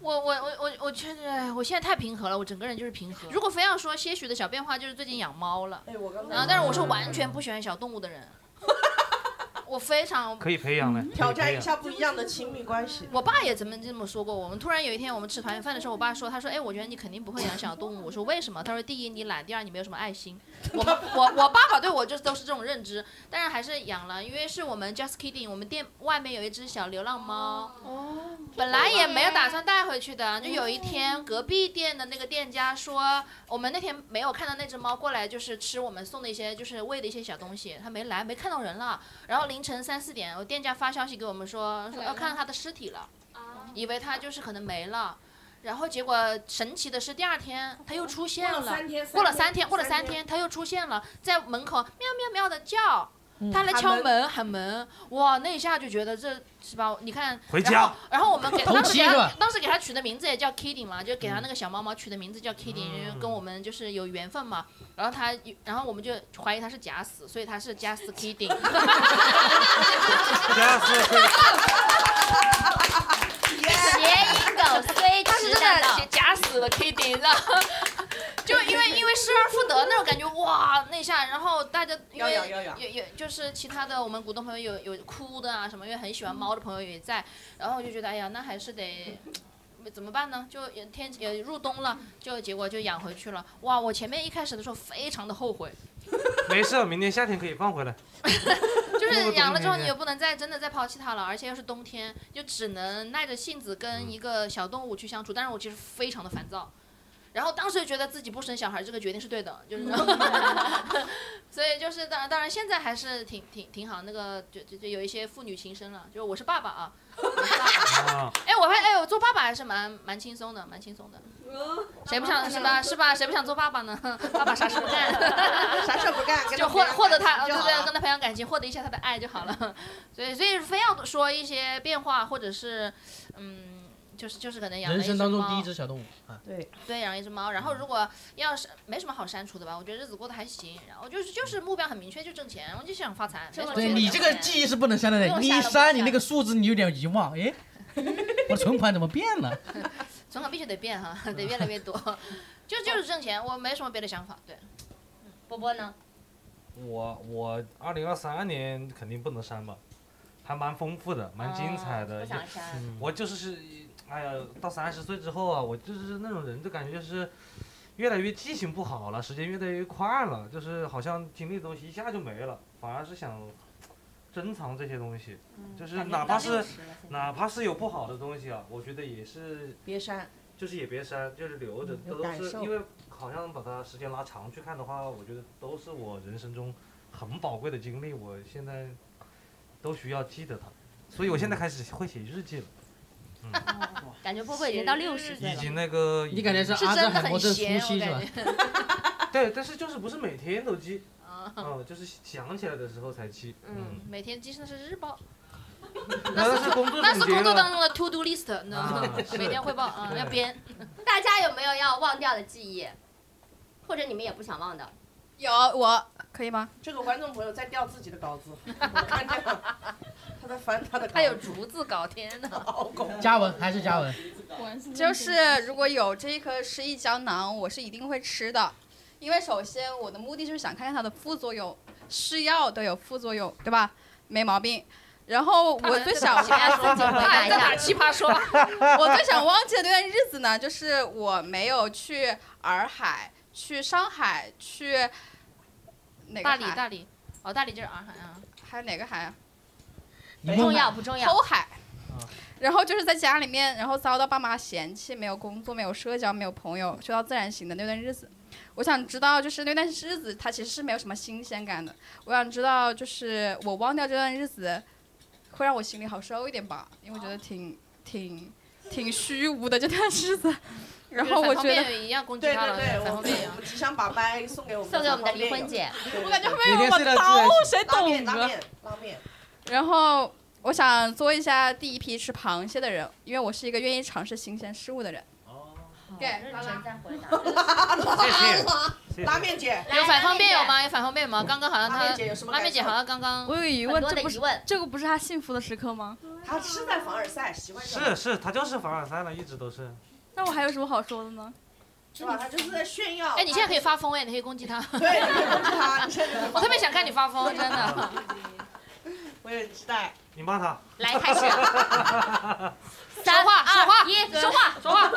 我我我我我觉得哎我现在太平和了，我整个人就是平和。如果非要说些许的小变化，就是最近养猫了。哎，我刚然后，但是我是完全不喜欢小动物的 <laughs> 人，我非常可以培养的，挑战一下不一样的亲密关系。我爸也怎么这么说过我们。突然有一天，我们吃团圆饭的时候，我爸说：“他说，哎，我觉得你肯定不会养小动物。”我说：“为什么？”他说：“第一，你懒；第二，你没有什么爱心。我”我我爸爸对我就都是这种认知，但是还是养了，因为是我们 just kidding，我们店外面有一只小流浪猫，哦，本来也没有打算带回去的。就有一天，隔壁店的那个店家说，我们那天没有看到那只猫过来，就是吃我们送的一些，就是喂的一些小东西，它没来，没看到人了。然后凌晨三四点，我店家发消息给我们说，说要看到它的尸体了。以为它就是可能没了，然后结果神奇的是第二天它又出现了，过了三天过三天了三天，过了三三天天，它又出现了，在门口喵喵喵的叫。它来喊敲门门喊门，哇！那一下就觉得这是吧？你看，回然家后然后我们给同当时给期是它吧当时给它取的名字也叫 Kitty 嘛，就给它那个小猫猫取的名字叫 Kitty，、因为嗯跟我们就是有缘分嘛。然后它，然后我们就怀疑它是假死，所以它是假死 Kitty。加速可以谐音梗虽他是迟真但的到假假死的 Kitty，你知道？ <laughs> 就因为因为失而复得那种感觉，哇，那一下，然后大家因为要要要要有有就是其他的我们股东朋友有有哭的啊什么，因为很喜欢猫的朋友也在，然后我就觉得哎呀，那还是得。怎么办呢？就也天也入冬了，就结果就养回去了。哇，我前面一开始的时候非常的后悔，没事，明年夏天可以放回来。 <laughs> 就是养了之后，你对也不能再真的再抛弃它了，而且又是冬天，就只能耐着性子跟一个小动物去相处。但是我其实非常的烦躁，然后当时就觉得自己不生小孩这个决定是对的，就是那种，所以就是当然当然现在还是挺挺挺好，那个就就就有一些父女情深了，就是我是爸爸啊，啊， <laughs> 哎我还哎我做爸爸还是蛮蛮轻松的，蛮轻松的，谁不想是吧是吧？谁不想做爸爸呢？ <laughs> 爸爸啥事不干，啥事不干跟他就培获养获得他，感情就对好了对，跟他培养感情，获得一下他的爱就好了。 <laughs> 所以所以非要说一些变化，或者是嗯，就是就是可能养了人一只生当中猫第一只嗯小动物啊。对。对，养一只猫。然后如果要是没什么好删除的吧，我觉得日子过得还行。然后就是就是目标很明确，就挣钱，我就想发财。没什么对别的你这个记忆是不能删不的用，你删一了删你那个数字你有点遗忘，诶，我存款怎么变了？存款必须得变哈， <laughs> 得越来越多。就就是挣钱，我没什么别的想法。对，波波呢？我我二零二三年肯定不能删吧，还蛮丰富的，蛮精彩的。哦不想删嗯我就是是，哎呀，到三十岁之后啊，我就是那种人，就感觉就是越来越记性不好了，时间越来越快了，就是好像经历的东西一下就没了，反而是想珍藏这些东西，就是感觉哪怕到是六十了现在哪怕是有不好的东西啊，我觉得也是别删，就是也别删，就是留着，嗯有都感是受因为好像把它时间拉长去看的话，我觉得都是我人生中很宝贵的经历，我现在都需要记得它，所以我嗯现在开始会写日记了。哦感觉波波已经到六十岁以了及。那个，你感觉是阿兹海默症初期是吧？对，但是就是不是每天都记，啊嗯，就是想起来的时候才记。嗯，每天记那是日报。那是工作那是总结工作了当中的 to do list，你知道吗啊？是每天汇报啊，对要编。大家有没有要忘掉的记忆，或者你们也不想忘的？有我可以吗？这个观众朋友在掉自己的稿 <laughs> 子，我看见了，他在翻他的稿子。他有竹子搞，天哪！嘉文还是嘉文？就是如果有这一颗失忆胶囊，我是一定会吃的，因为首先我的目的就是想看看它的副作用，是药都有副作用，对吧？没毛病。然后我最想奇葩说请回答一下奇葩说 <laughs> 我最想忘记的那段日子呢，就是我没有去洱海、去上海、去哪个大理海大理，哦，大理就是洱海啊。还有哪个海啊？不重要，不重要。后海。然嗯后就是在家里面，然后遭到爸妈嫌弃，没有工作，没有社交，没有朋友，修到自然醒的那段日子。我想知道，就是那段日子它其实是没有什么新鲜感的。我想知道，就是我忘掉这段日子，会让我心里好受一点吧，因为我觉得挺挺挺虚无的这段日子。 <laughs> 然后我觉得一样攻击他了，对对对，我们我们吉祥把掰送给我们送给我们的方便离婚友姐对对对我感觉会被每天我睡到自刀然醒谁拉面懂拉啊面拉面，然后我想做一下第一批吃螃蟹的人，因为我是一个愿意尝试新鲜事物的人。给这是全在回答。谢拉面姐有反方辩友吗？有反方辩友吗？刚刚好像他拉面姐有什么啊拉感面姐受好像刚刚我有疑问，这不是这个不是他幸福的时刻吗？他是在凡尔赛，喜欢这是是，他就是凡尔赛了，一直都是。那我还有什么好说的呢？ <laughs> 是吧？他就是在炫耀。哎，你现在可以发疯哎，你可以 <laughs> 攻击他。对你可以攻击他你现在可以发疯我特别想看你发疯，真的。我也很期待。你骂他。来开始。三话说话一说话说话，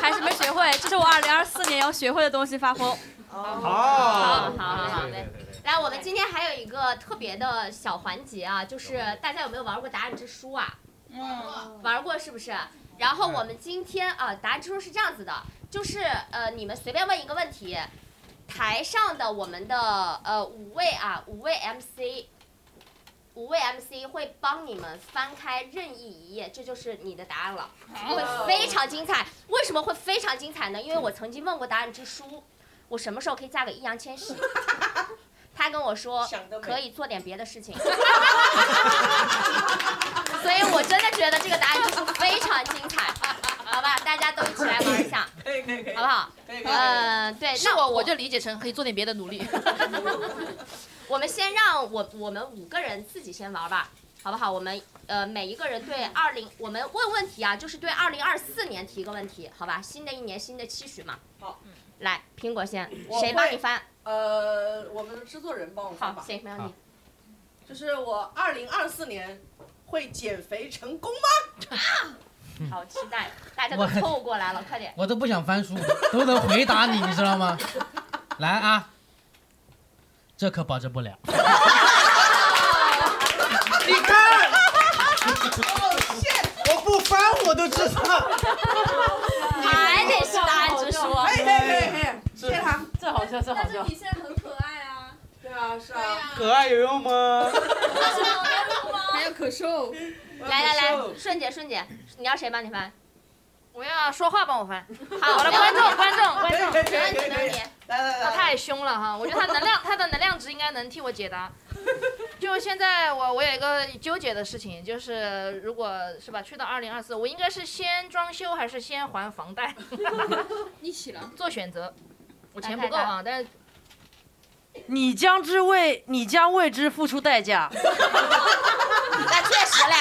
还是没学会，这是我二零二四年要学会的东西，发疯。哦好好好好对对对来，我们今天还有一个特别的小环节啊，就是大家有没有玩过答案之书啊？嗯，玩过是不是？然后我们今天啊，答案之书是这样子的，就是呃，你们随便问一个问题，台上的我们的呃五位啊，五位 MC，五位 MC 会帮你们翻开任意一页，这就是你的答案了，哦会非常精彩。为什么会非常精彩呢？因为我曾经问过答案之书，我什么时候可以嫁给易烊千玺？他跟我呃说可以做点别的事情， <laughs> 所以我真的觉得这个答案之书非常精彩，好吧？大家都一起来玩 <laughs> 一下，可以可以可以，好不好？可以可以。嗯，对，是那我我就理解成可以做点别的努力。 <laughs> 我们先让我我们五个人自己先玩吧，好不好？我们呃每一个人对二零，我们问问题啊，就是对二零二四年提一个问题，好吧？新的一年新的期许嘛。好，来苹果先，我谁帮会你翻？呃，我们的制作人帮我翻吧。行，没问题。就是我二零二四年会减肥成功吗？好期待，大家都凑过来了，快点。我都不想翻书，都能回答你，你知道吗？ <laughs> 来啊，这可保证不了。 <laughs> 你看，哦我不翻我都知道。还得是答案之书。哎哎哎哎谢谢他，这好笑，这好笑。现在很可爱啊。对啊，是啊。可爱有用吗？啊还有可瘦。来来来，顺姐顺姐，你要谁帮你翻？我要说话帮我翻。好好了，观众观众观众，可以可以没问题可以没问可题以。来来他啊太凶了哈，我觉得他能量他的能量值应该能替我解答。就现在我我有一个纠结的事情，就是如果是吧，去到二零二四，我应该是先装修还是先还房贷？一起了。做选择，我钱来不够啊， <laughs> 但是你将之为你将为之付出代价。那确实 <laughs> 嘞，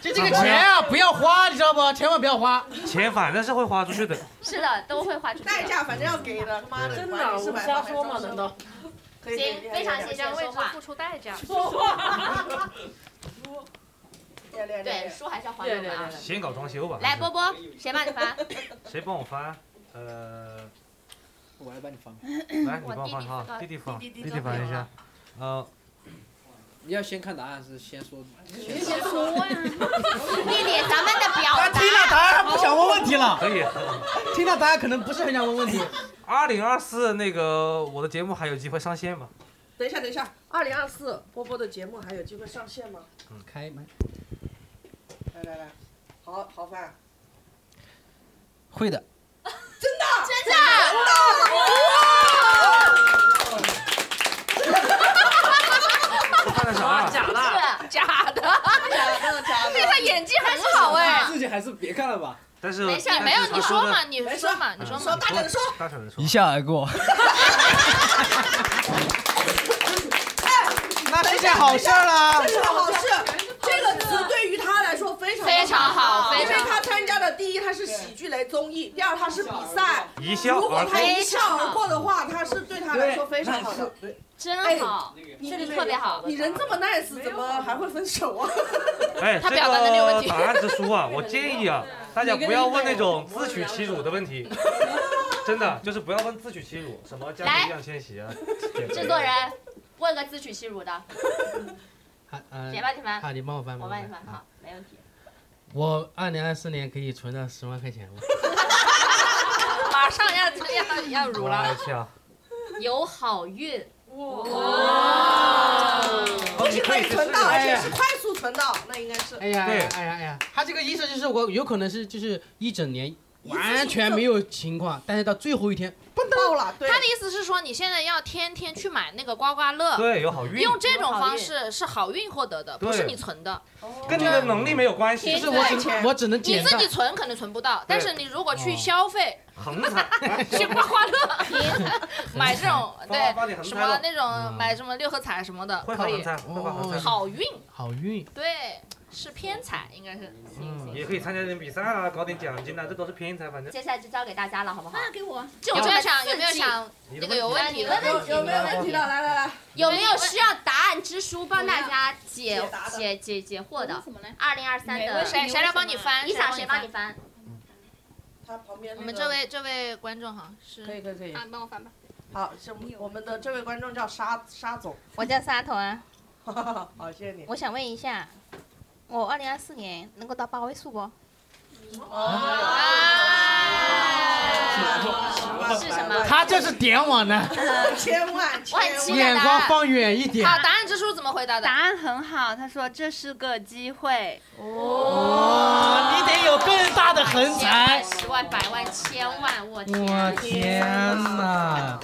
就这个钱啊，不要花，你知道不？千万不要花。钱反正是会花出去 <laughs> 的。是的，都会花出去的代价反正要给的，他妈的，真的管你是我买瞎房还是说嘛装修难道？可以，可以行非常谢谢为说话之付出代价。说话。哎对，书还是要还给我们啊。先搞装修吧。来，波波，谁帮你翻？谁帮我翻？呃，我来帮你翻。来，你帮我翻哈，弟弟翻，弟弟翻一下。啊呃，你要先看答案是先说？你先说呀。 <laughs> 弟弟，咱们的 <laughs> 表他听了答案，他不想问问题了。可以。听到答案可能不是很想问问题。二零二四那个我的节目还有机会上线吗？等一下，等一下，二零二四波波的节目还有机会上线吗？开门。来来来，好好翻啊，会的。真的，真的，看的啊啥？假的。假的，假的，假对他演技很好哎。自己还是别看了吧。但是没事，没有你说嘛，你说嘛，你哎说嘛。胆的说，大胆的说。一笑而 <laughs> 过。那是件好事儿啦这。是好事，这个词对于他来说非常非常好非因为常好他参加的第一他是喜剧类综艺，第二他是比赛。一笑如果而他一过。笑而过的话，他是对他来说非常好的。真好，你这里特别好。你人这么 nice，怎么还会分手啊？哎，他这表达能力有问个题答案之书啊，我建议啊， <laughs> 大家不要问那种自取其辱的问 <laughs> 题，真的就是不要问自取其辱，什么嫁给易烊千 <laughs> 玺啊。制作人，问个自取其辱的，好，呃嗯谁帮你翻好，你帮我翻吧。我帮你翻，好好，没问题。我二零二四年可以存到十万块钱 <laughs> 了。马上要要要辱了。我去啊！有好运，哦，你可以存到，而哎且呀是快速存到，那应该是。哎呀，哎对呀，哎呀，哎呀，他这个意思就是我有可能是就是一整年完全没有情况，但是到最后一天，到了，对他的意思是说，你现在要天天去买那个刮刮乐，对有好运用这种方式是好运获得的，对不是你存的。跟你的能力没有 <laughs> 关系，就是你自己存可能存不到，但是你如果去消费，横财，去刮刮乐，买这种发发对点横财什么喽那种买什么六合彩什么的，会可发横以财，会发横财，好运 <laughs> 好运，对是偏财应该是。嗯，也可以参加点比赛啊，搞点奖金啊，这都是偏财，反正接下来就交给大家了，好不好？那给我。有没有想有没有想你的那个有问题问题的？有没有问题的来来来，有没有需要答案之书帮大家解解答的解解解惑的？二零二三没问的题啊谁谁来帮你翻你想谁谁帮帮你你翻？他旁边那个我们这位这位观众哈是可以可以可以啊，你帮我翻吧。好，是我们的这位观众叫沙沙总， <laughs> 我叫沙头啊。好，谢谢你。我想问一下，我二零二四年能够到八位数不？哦是什么？他这是点我 <laughs> 呢， <laughs> 千万我很期待眼答光案。放远一点。好，答案之书怎么回答的？答案很好，他说这是个机会。哦，你得有更大的横财。十万、百万、千万，我天！我天哪，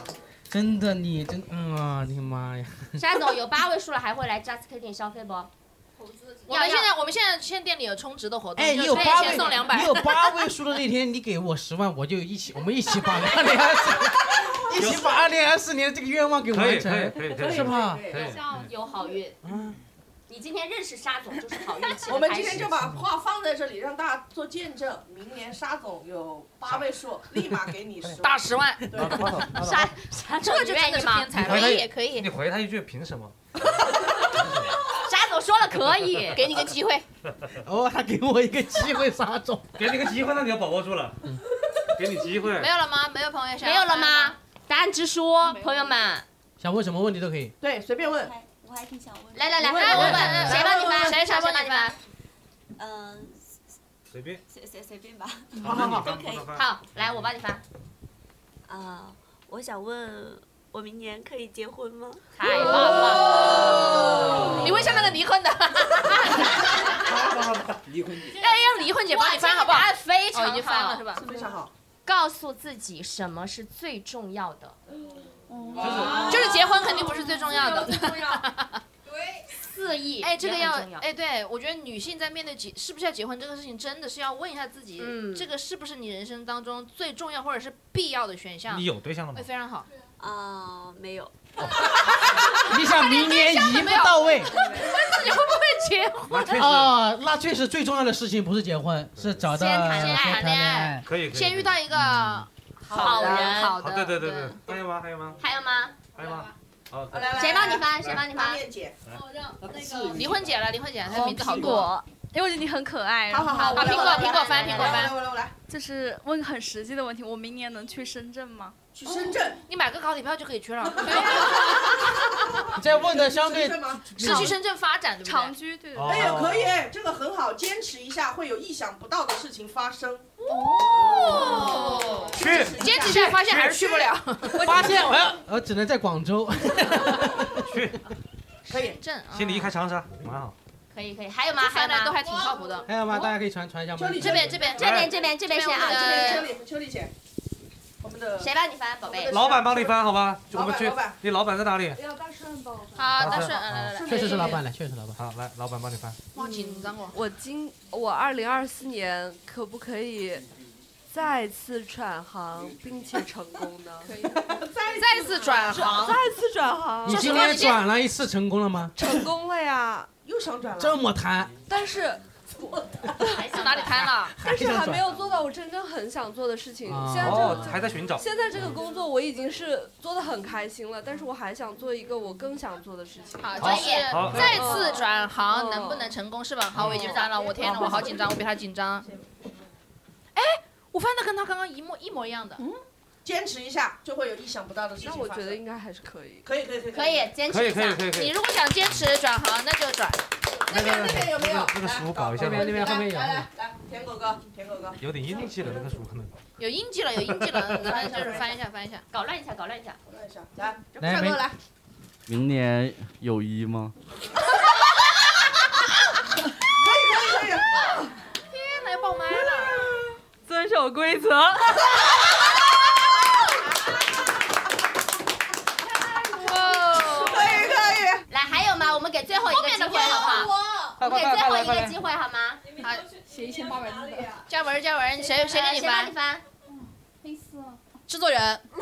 真的你真，嗯啊，你妈 <laughs> 呀！山总有八位数了，还会来 Just Kidding 消费不？我们现在我们现在现店里有充值的活动，哎，就你是有可以八先位送两，百。你有八位数的那天，你给我十万，我就一起，我们一起把二零二四， <laughs> 一起把二零二四年的这个愿望给完成可以可以可，以是吧？有好运。你今天认识沙总就是好运气的开始。我们今天就把话放在这里，让大家做见证。明年沙总有八位数，立马给你十大十万。沙沙总这你就真愿的意是吗偏？财，回他一可以。你回他一句，凭什么？沙总说了可以，给你个机会。哦，他给我一个机会，沙总，给你个机会，那你要把握住了，给你机会。嗯没有了吗？没有朋友想没有了吗？答案直说，朋友们，想问什么问题都可以。对，随便问。我还挺想问。来来来，你问来我问问问，问谁帮你翻？谁谁帮帮你你翻？嗯，随便。随随随便吧。好好好都可以。好，来我帮你翻。啊，我想问，我明年可以结婚吗？太棒了！哦你问一下那个离婚的， <laughs> 离婚要让离婚姐帮你翻好不好？哇这个答案非常哦已经翻了好是吧？非常好。告诉自己什么是最重要的，哦就是结婚肯定不是最重要的，肆意。哎，这个也要很重要哎，对我觉得女性在面对结是不是要结婚这个事情，真的是要问一下自己，嗯这个是不是你人生当中最重要或者是必要的选项？你有对 <laughs> 象了吗哎，非常好。啊，没有。你想明年一步到位。自己会不会结婚？啊，那确实最重要的事情不是结婚，是找到先谈恋爱先谈恋爱。嗯可以可以。先遇到一个好人好好，的，对对对对，还有吗？还有吗？哦还有吗？还有吗？好，哎谁帮你翻？谁帮你翻？姐，离婚姐了，离婚姐，她的好名字好苹多。果，哎因为我觉得你很可爱。好好好，然后苹果苹果翻苹果翻我来我来，就是问个很实际的问题，我明年能去深圳吗？去深圳，你买个高铁票就可以去了，啊你再问的相对是去深圳发展对不对？长居对哦哎呀，可以，这个很好，坚持一下会有意想不到的事情发生。哦，去坚持一下，发现还是去不了。发现我要，我只能在广州。可以，正啊先离开长沙，蛮好。可以可以，还有吗？这还三有吗？类都还挺靠谱的。还有吗？哎大家可以传传一下吗？这边这边这这边边这边这边这边先啊，我们这的秋边丽秋丽姐，我们的谁帮你翻，宝贝？老板帮你翻好吧？我老板们去老板，你老板在哪哎里？要大顺帮我翻。好，大大顺，顺来来来，确实是老板了，确实是老板。好，来，老板帮你翻。哇，紧张哦。我今我二零二四年可不可以再次转行并且成功呢？ <laughs> 可以，再次转行再次转行。你今天转了一次成功了吗？成功 <laughs> 了呀，又想转这么谈，但是还想哪里贪了？但是还没有做到我真正很想做的事情。现哎在这个哦，还在寻找。现在这个工作我已经是做的很开心了，但是我还想做一个我更想做的事情。好，好这是好再次转行能不能成功是吧？好，我已经翻了，我天哪，我好紧张，我比他紧张。哎，我翻的跟他刚刚一模一模一样的。坚持一下就会有意想不到的事情那发我生。觉得应该还是可以。可以可以可以可以坚可持以一可以下。可以可你以。如果想坚持转行，那就转。那边那边有没有？那个书搞一下那吧，边那边后面有来来来，舔狗哥，舔狗哥，有点硬气了，那个书可能。有印记了，有印记了，咱们就是翻一下，翻一下。搞乱一下，搞乱一下。我来一下，来，来帅哥来，明年有一吗？可以可以可以。天哪，要爆麦了！遵守规则。给最后一个机会好不好？我后们面给的最会后有一个机会好吗？好，写一千八百字的。嘉文，嘉文，谁谁给你呃谁帮你翻？类似啊。制作人， <laughs>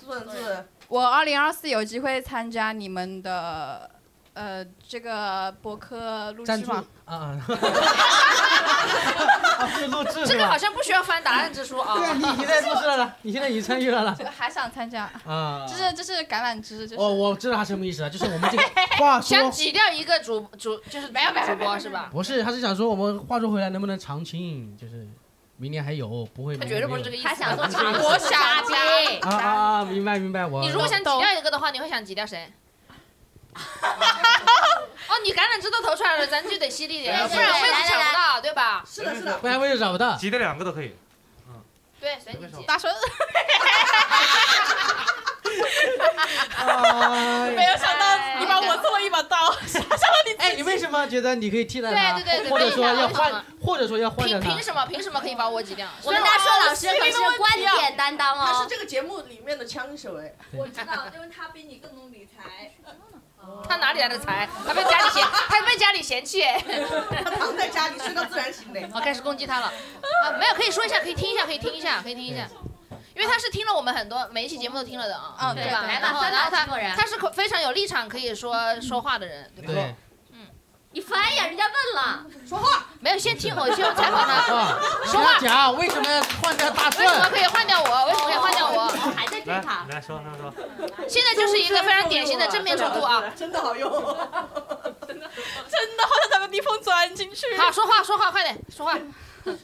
制作人，制作人，我二零二四有机会参加你们的呃这个博客录制赞助吗啊？啊！ <laughs> 啊是录制是吧这个好像不需要翻答案之书啊。对啊，你已经在录制了啦，你现在已经参与了啦这。个还想参加，啊，这是这是橄榄枝，就是哦，我知道他什么意思了，就是我们这个话想说挤掉一个主主，就是没有主播是吧？不是，他是想说我们话说回来能不能长青，就是明年还有，不会他明绝年对没不有是这个意思。他想做长长我期想嘉啊啊啊！明白明白，我你如果想挤掉一个的话，你会想挤掉谁？ <laughs> 哦，你橄榄枝都投出来了，咱就得犀利点，对对不然对位置来来抢不来到，对吧？是的，是的。不然位置找不啊 <laughs> 到，挤掉两个都可以。对，随你挤。大神，哎没有想到你把我作为一把刀，想到你哎，你为什么觉得你可以替代他？对对对对或者说要为什换么，或者说要换掉凭他凭？什么？凭什么可以把我挤掉？我们大硕老师可是是观点担当哦。他是这个节目里面的枪手哎，我知道，因为他比你更懂理财。嗯他哪里来的财？他被家里嫌，他被家里嫌弃哎。他躺在家里睡到自然醒嘞。我开始攻击他了。啊，没有，可以说一下，可以听一下，可以听一下，可以听一下。因为他是听了我们很多每一期节目都听了的啊，嗯吧？对对然后来吧然后三大制他作人他是可非常有立场可以说说话的人，对吧？对，你翻呀，人家问了，说话。没有，先听我，先采访他啊， <laughs> 说话他。讲为什么要换掉大顺为？什哎么可以换掉我？为什么可以换掉我？哦还在来来说说说，现在就是一个非常典型的正面冲突啊！真的好用，真的好想找个地缝钻进去。好，说话说话，快点说话。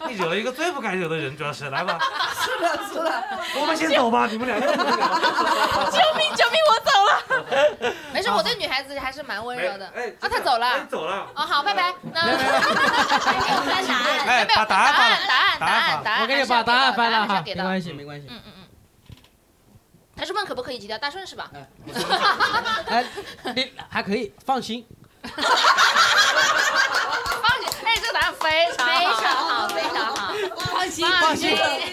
你惹了一个最不该惹的人，主要是来吧，是的，是的。我们先走吧，你们两个人。救命！救命！我走了。没事，我对女孩子还是蛮温柔的。哎，啊，他走哎了。走了。哦，好，拜拜。那翻答 <laughs> 案。哎，把答案答发了案，答案，答案，答案，我给你把答案翻了还是要哈，给没的关系没关 <laughs> 系。嗯嗯嗯。他是问可不可以挤掉大顺是吧？哎，你还可以放心，放心，哎，这答案非常非常好，非常好，放心放心放心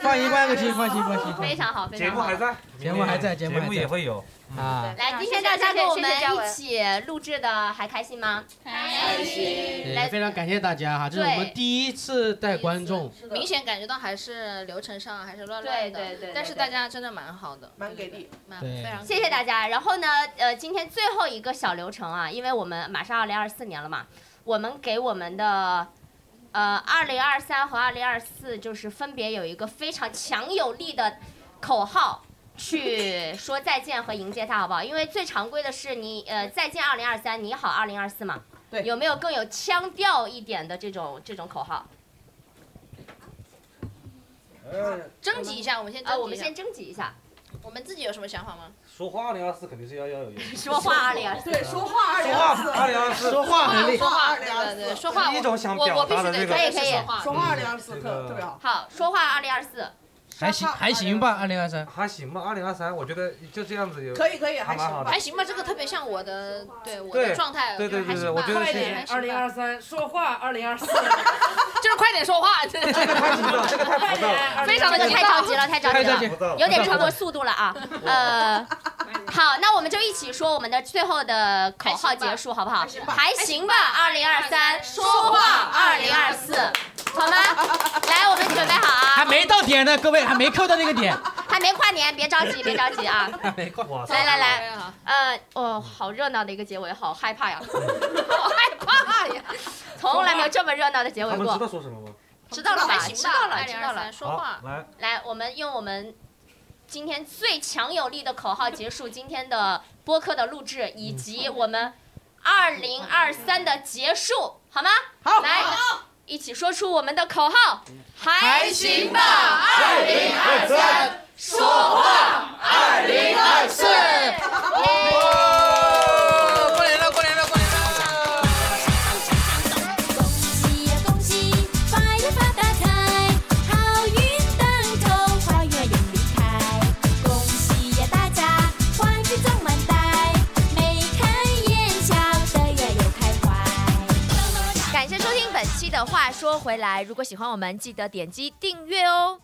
放心放心 <laughs> 放心放非心。常好，哎非节常目还好。在，哎节目还在节目还在也会有。啊，来，今天大家跟我们一起录制的还开心吗？开心也来，非常感谢大家哈，这是我们第一次带观众，明显感觉到还是流程上还是乱对乱对的，对，但是大家真的蛮好的，蛮给力。蛮对啊非常谢谢大家。然后呢，呃，今天最后一个小流程啊，因为我们马上二零二四年了嘛，我们给我们的。呃，二零二三和二零二四就是分别有一个非常强有力的口号去说再见和迎接它，好不好？因为最常规的是你呃再见二零二三，你好二零二四嘛。对有没有更有腔调一点的这种这种口号？嗯征集一下，我们先征集一呃，下我们先征集一下，我们自己有什么想法吗？说话二零二四肯定是要要有。说话二零二四。对，说话二说两话次，二零二四，说啊话很啊厉说话二对两对对，次，说话一我种想我表我必达须的得这个可以是可以说话。说话二两次这特个特别好。好，说话二零二四，还行还行吧，二零二三。还行吧，二零二三，我觉得就这样子有。可以可以，还行还蛮好的吧还。行吧，这个特别像我的对我的对状态，对对就是还行吧对对我觉得还是行吧二零二三说话，二零二四， <laughs> 就是快点说话，这个太快浮躁了，点，非常这的个激太着动。急 <laughs> 了，太着太急着了急。浮躁了。 <laughs> 有点超过速度了 <laughs> 啊。呃，好，那我们就一起说我们的最后的口号结束，好不好？还行吧，二零二三，说话二零二四，好吗？来，我们准备好还啊，没到点呢，各位还没扣到那个点，还没跨年，别着 <laughs> 急，别着急啊。还没扣。哇塞，来来来，好呃，哦，好热闹的一个结尾，好害怕 <laughs> 呀，害怕呀！从来没有这么热闹的结他尾们知过。道说什么吗？知道了吧？还行知吧道了， 2023知道了。说话好，来，来，我们用我们今天最强有力的口号结束今天的播客的录制，以及我们二零二三的结束，好吗？好来，一起说出我们的口号，还行吧，二零二三，说话二零二四。过年了，过年了，过年了！喜呀恭喜，发呀发大财，好运当头，花月迎离开。恭喜呀大家，欢聚总满载，眉开眼笑，得意又开怀。感谢收听本期的《话说回来》，如果喜欢我们，记得点击订阅哦。